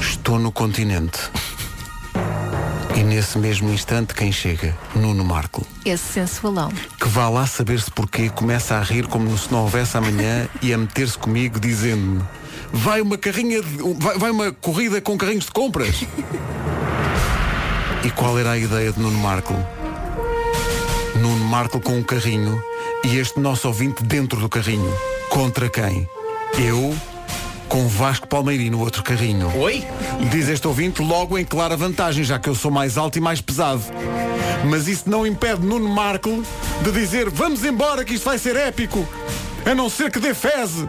Estou no continente. E nesse mesmo instante quem chega? Nuno Marco.
Esse sensualão.
Que vá lá saber-se porquê, começa a rir como se não houvesse amanhã e a meter-se comigo dizendo-me vai uma carrinha de- um- vai, vai uma corrida com carrinhos de compras. e qual era a ideia de Nuno Marco? Nuno Marco com um carrinho e este nosso ouvinte dentro do carrinho. Contra quem? Eu com Vasco Palmeirinho no outro carrinho.
Oi?
Diz este ouvinte logo em clara vantagem, já que eu sou mais alto e mais pesado. Mas isso não impede Nuno Marco de dizer vamos embora que isto vai ser épico. A não ser que dê feze.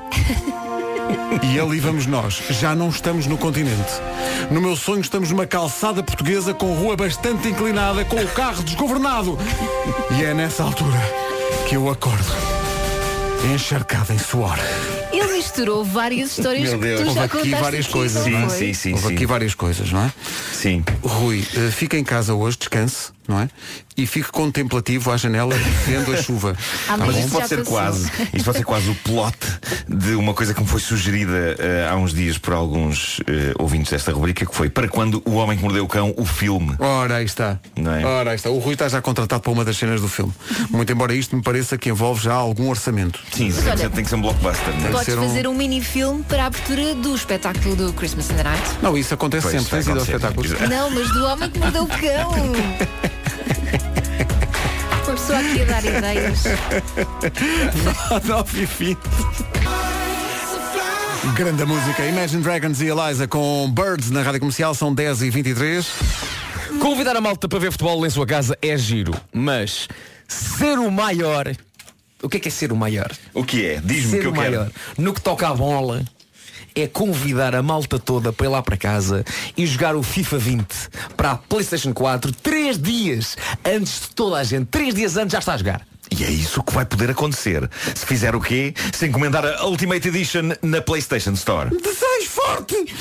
E ali vamos nós. Já não estamos no continente. No meu sonho estamos numa calçada portuguesa com rua bastante inclinada, com o carro desgovernado. E é nessa altura que eu acordo, encharcado em suor.
Ele misturou várias histórias que tu
Houve
já
aqui
contaste
várias
aqui,
coisas,
não
não é?
foi?
Houve aqui várias coisas, não é?
Sim.
Rui, eh, fica em casa hoje, descanse, não é? E fique contemplativo à janela, vendo a chuva. Tá
Ah, mas
bom?
isto pode ser quase Isto pode ser quase o plot De uma coisa que me foi sugerida eh, Há uns dias por alguns eh, ouvintes desta rubrica Que foi para quando o homem que mordeu o cão O filme
Ora, aí está.
Não é?
Ora, aí está. O Rui está já contratado para uma das cenas do filme. Muito embora isto me pareça que envolve já algum orçamento.
Sim,
Mas olha,
tem que ser um blockbuster não é?
Podes fazer um mini-filme para a abertura do espetáculo do Christmas in the Night.
Não, isso acontece
Pois,
sempre.
vai
Tens ido ao
acontecer.
espetáculo.
Não, mas do homem que mordeu o cão. Uma pessoa aqui a dar ideias.
9 e 20. Grande música. Imagine Dragons e Eliza com Birds na rádio comercial. São 10 e 23.
Convidar a malta para ver futebol em sua casa é giro, mas ser o maior. O que é que é ser o maior?
O que é? Diz-me
Ser
que eu
o
quero.
maior. No que toca à bola, é convidar a malta toda para ir lá para casa e jogar o FIFA 20 para a PlayStation 4 três dias antes de toda a gente. Três dias antes já está a jogar.
E é isso que vai poder acontecer Se fizer o quê? Se encomendar a Ultimate Edition na Playstation Store
Desejo forte!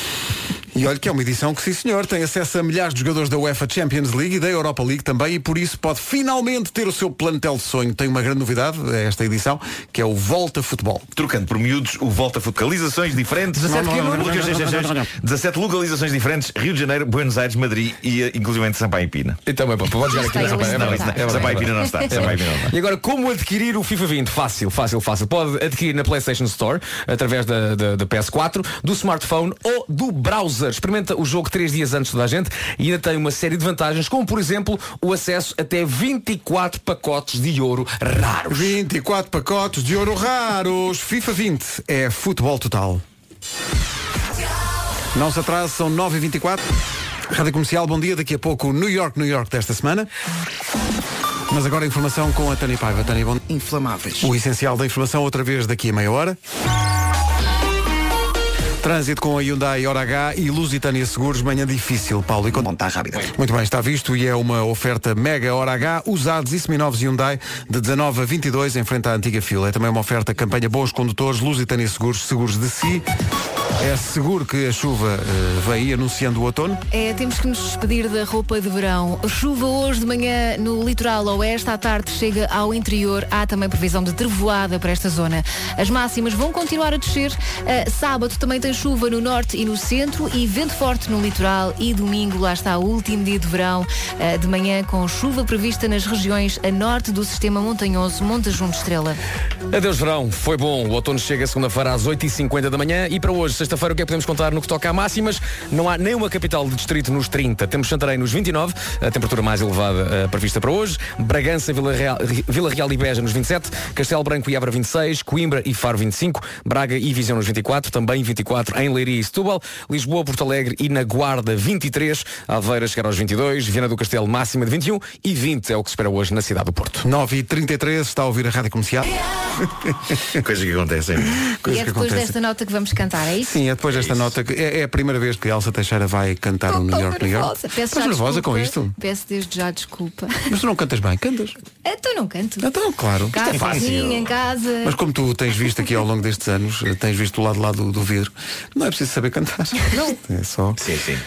E olha que é uma edição que, sim senhor, tem acesso a milhares de jogadores da UEFA Champions League e da Europa League também e por isso pode finalmente ter o seu plantel de sonho. Tem uma grande novidade a esta edição, que é o Volta Futebol.
Trocando por miúdos, o Volta Focalizações diferentes
17
Não, não, não, não,
quilómetros.
não, não, não, não, não. 17 localizações diferentes Rio de Janeiro, Buenos Aires, Madrid E eh, inclusive Sampaio e Pina
Então, bem, pode
jogar aqui na Sampaio- é verdade, é verdade. Sampaio e Pina não está, Sampaio e Pina não está.
E agora, como adquirir o FIFA 20? Fácil, fácil, fácil. Pode adquirir na PlayStation Store, através da, da- da PS4, do smartphone ou do browser Cruzeiro. Experimenta o jogo 3 dias antes de toda a gente e ainda tem uma série de vantagens, como por exemplo o acesso até 24 pacotes de ouro raros.
24 pacotes de ouro raros. FIFA 20 é futebol total. Não se atrase, são 9h24. Rádio Comercial, bom dia. Daqui a pouco, New York, New York desta semana. Mas agora a informação com a Tânia Paiva. Tânia, bom...
Inflamáveis.
O essencial da informação, outra vez daqui a meia hora. Trânsito com a Hyundai Hora H e Lusitânia Seguros, manhã difícil, Paulo. E quando... está rápido. Muito bem, está visto e é uma oferta mega Hora H, usados e seminovos Hyundai, de 19 a 22, em frente à antiga fila. É também uma oferta campanha Bons Condutores, Lusitânia Seguros, Seguros de Si. É seguro que a chuva eh, vem aí anunciando o outono.
É, temos que nos despedir da roupa de verão. Chuva hoje de manhã no litoral oeste, à tarde chega ao interior. Há também previsão de trevoada para esta zona. As máximas vão continuar a descer. Ah, sábado também tem chuva no norte e no centro e vento forte no litoral. E domingo lá está o último dia de verão, ah, de manhã com chuva prevista nas regiões a norte do sistema montanhoso Monte Junto Estrela.
Adeus verão, foi bom. O outono chega segunda-feira às 8h50 da manhã e para hoje, sexta-feira, o que é que podemos contar no que toca a máximas? Não há nenhuma capital de distrito nos 30. Temos Santarém nos 29, a temperatura mais elevada eh, prevista para hoje. Bragança, Vila Real, Vila Real e Beja nos 27, Castelo Branco e Abra 26, Coimbra e Faro 25, Braga e Viseu nos 24, também 24 em Leiria e Setúbal, Lisboa, Porto Alegre e na Guarda 23, Aveira chegar aos 22, Viana do Castelo máxima de 21 e 20 é o que se espera hoje na cidade do Porto.
9h33, está a ouvir a Rádio Comercial.
Coisas que acontecem.
e é depois desta nota que vamos cantar, é isso?
Sim, é depois desta nota que é, é a primeira vez que a Elsa Teixeira vai cantar o New York, New York.
Peço já
Estás nervosa
desculpa.
com isto?
Peço desde já desculpa.
Mas tu não cantas bem, cantas.
Então não canto.
Então, claro.
Cá
Isto é fácil.
sozinha, em casa.
Mas como tu tens visto aqui ao longo destes anos, eh, tens visto o lado lá do, do vidro, não é preciso saber cantar. Não. É só.
Sim, sim.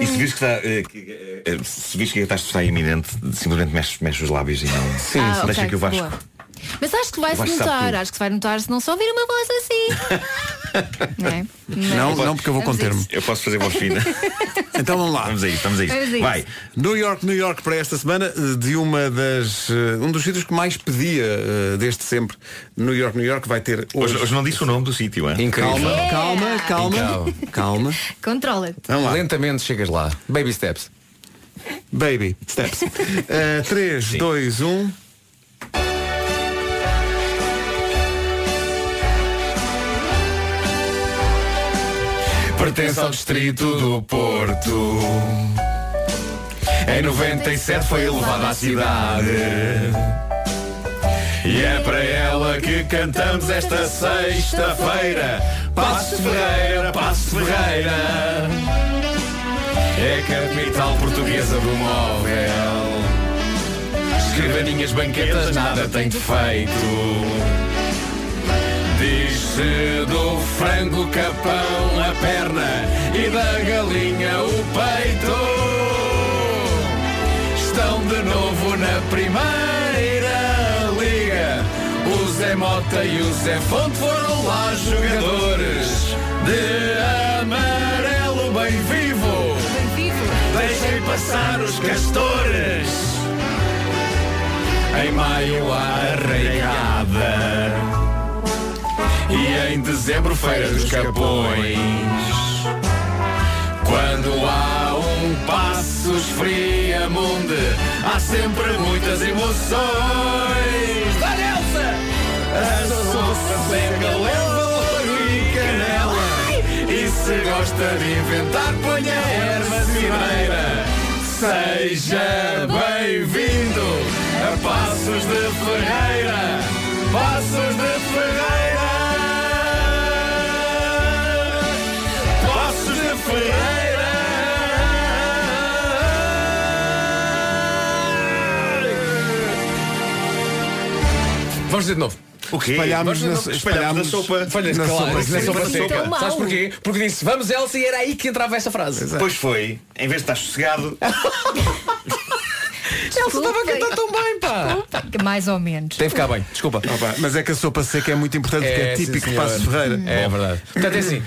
E se vires que está. eh, que, eh, se vires que a catástrofe está iminente, simplesmente mexes, mexes os lábios e não.
Ah, ok,
deixa que o Vasco.
boa. Mas acho que vai-se
Vais
notar,
saber.
acho que se vai notar se não só ouvir uma voz assim. não é?
Não, não, porque eu vou
Vamos a
conter-me.
isso.
Eu posso fazer voz fina.
Então vamos lá.
Vamos a isso, vamos a isso.
Vamos a isso. Vai.
New York, New York para esta semana, eh, de uma das. eh, um dos sítios que mais pedia eh, desde sempre. New York, New York vai ter hoje.
Hoje, hoje não disse o nome do sítio, hein?
Calma,
Yeah.
calma, calma, calma. calma.
Controla-te.
Lentamente chegas lá. Baby steps.
Baby steps. Eh, 3, 2, 1.
pertence ao distrito do Porto. Em 97 foi elevada à cidade. E é para ela que cantamos esta sexta-feira. Passo de Ferreira, Passo de Ferreira. É a capital portuguesa do móvel. Escrivaninhas, banquetas, nada tem defeito. Diz-se do frango capão a perna e da galinha o peito. Estão de novo na primeira liga. O Zé Mota e o Zé Fonte foram lá jogadores de amarelo bem vivo. Deixem passar os castores. Em maio a arraigada. E em dezembro, Feira dos Capões. Quando há um passo esfria mundo, há sempre muitas emoções. Da Nelsa! A sopa pega levo e canela. E se gosta de inventar, ponha erva cireira. Seja bem-vindo a Passos de Ferreira. Passos de Ferreira. Passos de Ferreira.
Vamos dizer de novo.
O quê?
Espalhámos
Vamos-
na-
espalhámos na sopa.
Falhas,
Na
claro,
sopa,
na
sim,
sopa
na
seca.
sopa.
Sabes porquê? Porque disse, vamos Elsa, e era aí que entrava essa frase.
Pois foi, em vez de estar sossegado,
Elsa estava a cantar tão bem, pá.
Desculpa, Mais ou menos.
Deve ficar bem, desculpa.
Opa, mas é que a sopa seca é muito importante porque é
sim,
típico de
senhor.
Passo Ferreira.
É verdade. Portanto, é assim.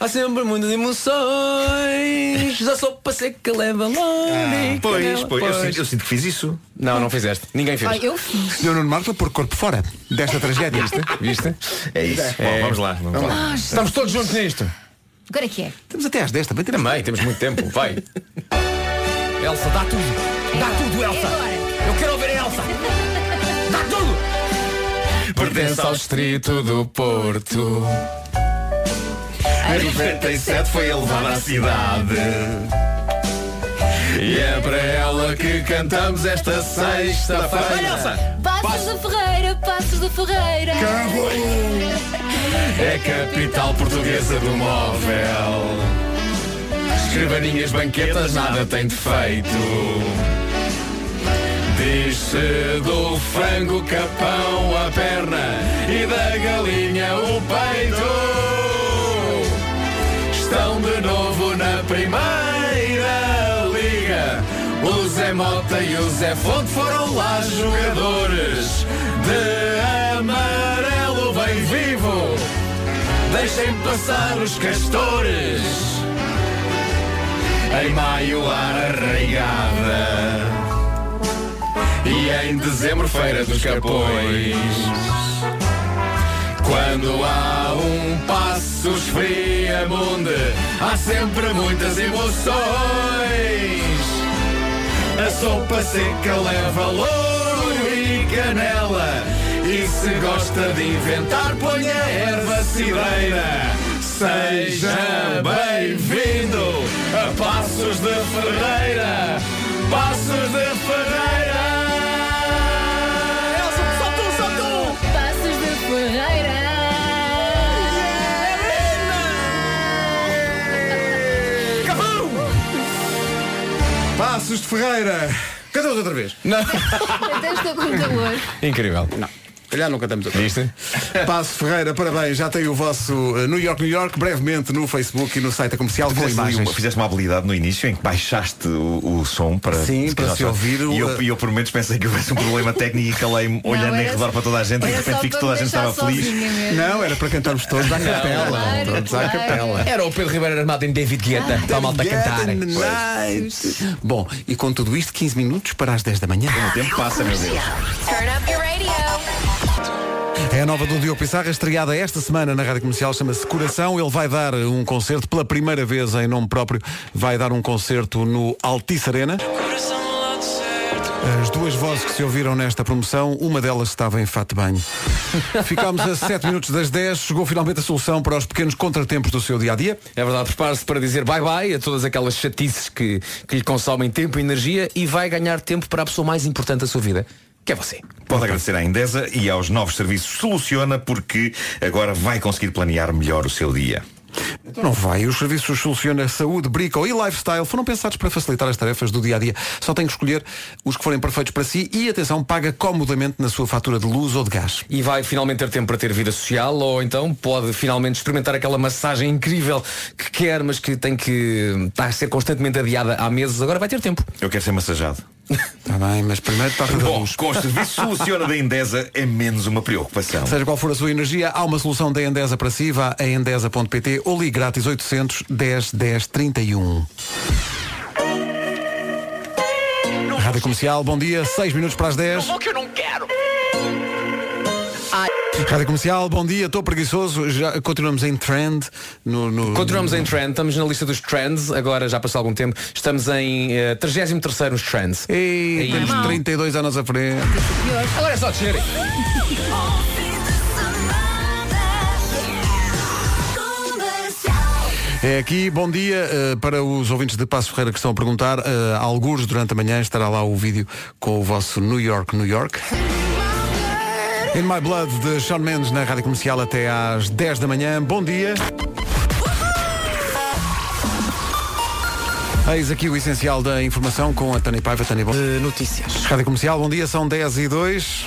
Há sempre muitas emoções. Já só passei que
Ah,
leva longe.
Ah, pois, pois, eu sinto, eu sinto que fiz isso.
Não, não fizeste. Ninguém fez.
Ai, eu fiz.
Senhor Nuno Marco, por corpo fora desta tragédia.
Viste?
É isso. Bom, vamos lá. Vamos lá.
Ah,
Estamos todos juntos nisto.
Agora que é.
Temos até às 10 também. Temos
também, temos muito tempo. Vai. Elsa, dá
um
tudo. Dá tudo, Elsa. Eu quero ouvir a Elsa. Dá tudo.
Pertence ao distrito do Porto. Em 97 foi elevada à cidade. E é para ela que cantamos esta sexta-feira.
Passos da Ferreira, Passos da Ferreira.
É capital portuguesa do móvel. Escrivaninhas, banquetas, nada tem defeito. Diz-se do frango capão a perna e da galinha o peito. Estão de novo na primeira liga. O Zé Mota e o Zé Fonte foram lá jogadores de amarelo bem vivo. Deixem passar os castores. Em maio ar arraigada e em dezembro feira dos capões. Quando há um passo esfriamunde, há sempre muitas emoções. A sopa seca leva louro e canela. E se gosta de inventar, ponha erva cidreira. Seja bem-vindo a Passos de Ferreira. Passos de Ferreira. Elsa, só tu, só tu.
Passos de Ferreira.
Capão!
Passos de Ferreira. Cantamos outra vez.
Não.
Até estou com calor.
Incrível.
Não. Calhar não cantamos outra vez.
Viste?
Passo Ferreira, parabéns. Já tem o vosso eh, New York, New York, brevemente no Facebook e no site da comercial com
Fizeste ali
imagens.
uma- fizeste uma habilidade no início em que baixaste o, o som para,
Sim, para
calhar
se
só-
ouvir o-
E eu, e eu, por momentos pensei que houvesse um problema técnico e calei-me olhando em
era-
redor para toda a gente e de
era
repente
só
vi que
para
toda a
me
gente estava
deixar
feliz.
sozinha mesmo.
Não, era para cantarmos todos à capela.
Claro,
Todos à
claro.
capela.
Era o Pedro Ribeiro Armado em David Guetta.
Ah,
Está a malta a cantar.
Get in the night. Bom, e com tudo isto, 15 minutos para as 10 da manhã.
O tempo passa, meu Deus.
Turn up your radio.
É a nova do Diogo Pissarra, estreada esta semana na Rádio Comercial, chama-se Coração. Ele vai dar um concerto pela primeira vez em nome próprio, vai dar um concerto no Altice Arena. As duas vozes que se ouviram nesta promoção, uma delas estava em fato de banho. Ficámos a 7 minutos das 10, chegou finalmente a solução para os pequenos contratempos do seu dia-a-dia.
É verdade, prepare-se para dizer bye-bye a todas aquelas chatices que, que lhe consomem tempo e energia e vai ganhar tempo para a pessoa mais importante da sua vida, que é você.
Pode agradecer à Endesa e aos novos serviços Soluciona porque agora vai conseguir planear melhor o seu dia.
Então não vai. Os serviços Soluciona Saúde, Brico e Lifestyle foram pensados para facilitar as tarefas do dia a dia. Só tem que escolher os que forem perfeitos para si e, atenção, paga comodamente na sua fatura de luz ou de gás.
E vai finalmente ter tempo para ter vida social ou então pode finalmente experimentar aquela massagem incrível que quer, mas que tem que está a ser constantemente adiada há meses. Agora vai ter tempo.
Eu quero ser massageado.
Está Tá bem, mas primeiro toca da
Bom,
luz.
com o serviço Soluciona da Endesa é menos uma preocupação.
Seja qual for a sua energia, há uma solução da Endesa para si. Vá a endesa.pt ou ligue grátis 800 10 10 31. Rádio Comercial, bom dia. 6 minutos para as 10.
que eu não quero.
Rádio Comercial, bom dia. Estou preguiçoso. Já continuamos em trend. No, no-
Continuamos em trend, estamos na lista dos trends, agora já passou algum tempo, estamos em eh, 33 nos trends.
E temos 32 anos à frente.
Agora é só descer.
É aqui, bom dia eh, para os ouvintes de Passo Ferreira que estão a perguntar. eh, algures durante a manhã estará lá o vídeo com o vosso New York, New York. In My Blood de Sean Mendes na rádio comercial até às 10 da manhã. Bom dia. Eis aqui o essencial da informação com a Tânia Paiva. Tânia, bom... notícias. Rádio Comercial, bom dia, são 10 e 2.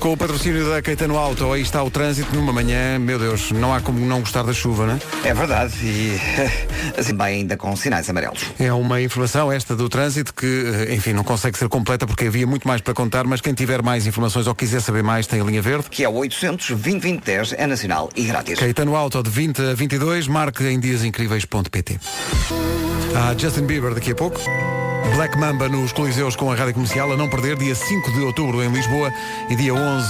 Com o patrocínio da Caetano Auto, aí está o trânsito numa manhã, meu Deus, não há como não gostar da chuva, né?
É verdade, e assim, bem ainda com sinais amarelos.
É uma informação esta do trânsito que, eh, enfim, não consegue ser completa porque havia muito mais para contar, mas quem tiver mais informações ou quiser saber mais tem a linha verde.
Que é o 800 20 20 10, é nacional e grátis.
Caetano Auto de 20 a 22, marque em diasincríveis.pt. Há Justin Bieber daqui a pouco. Black Mamba nos Coliseus com a Rádio Comercial, a não perder, dia 5 de outubro em Lisboa e dia 11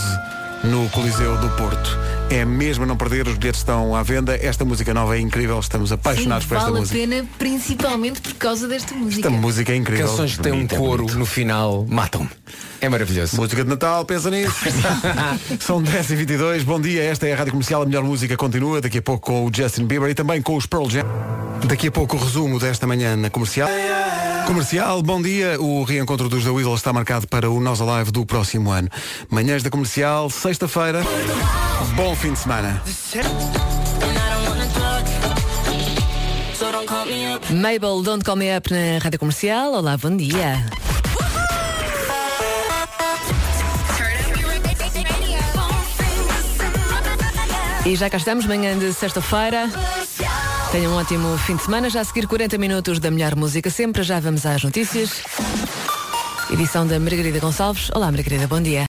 no Coliseu do Porto. É mesmo a não perder, os bilhetes estão à venda. Esta música nova é incrível, estamos apaixonados
Sim,
por esta
vale
música.
a pena principalmente por causa desta música.
Esta
Então,
música é incrível.
Canções que têm um coro no final matam-me. É maravilhoso.
Música de Natal, pensa nisso. São 10h22, bom dia, esta é a Rádio Comercial, a melhor música continua, daqui a pouco com o Justin Bieber e também com os Pearl Jam. Daqui a pouco o resumo desta manhã na Comercial. Comercial, bom dia, o reencontro dos The Weasel está marcado para o Nós Alive do próximo ano. Manhãs da Comercial, sexta-feira, bom fim de semana.
Mabel, Don't Call Me Up na Rádio Comercial. Olá, bom dia. E já cá estamos, manhã de sexta-feira. Tenham um ótimo fim de semana. Já a seguir 40 minutos da melhor música sempre. Já vamos às notícias. Edição da Margarida Gonçalves. Olá, Margarida, bom dia.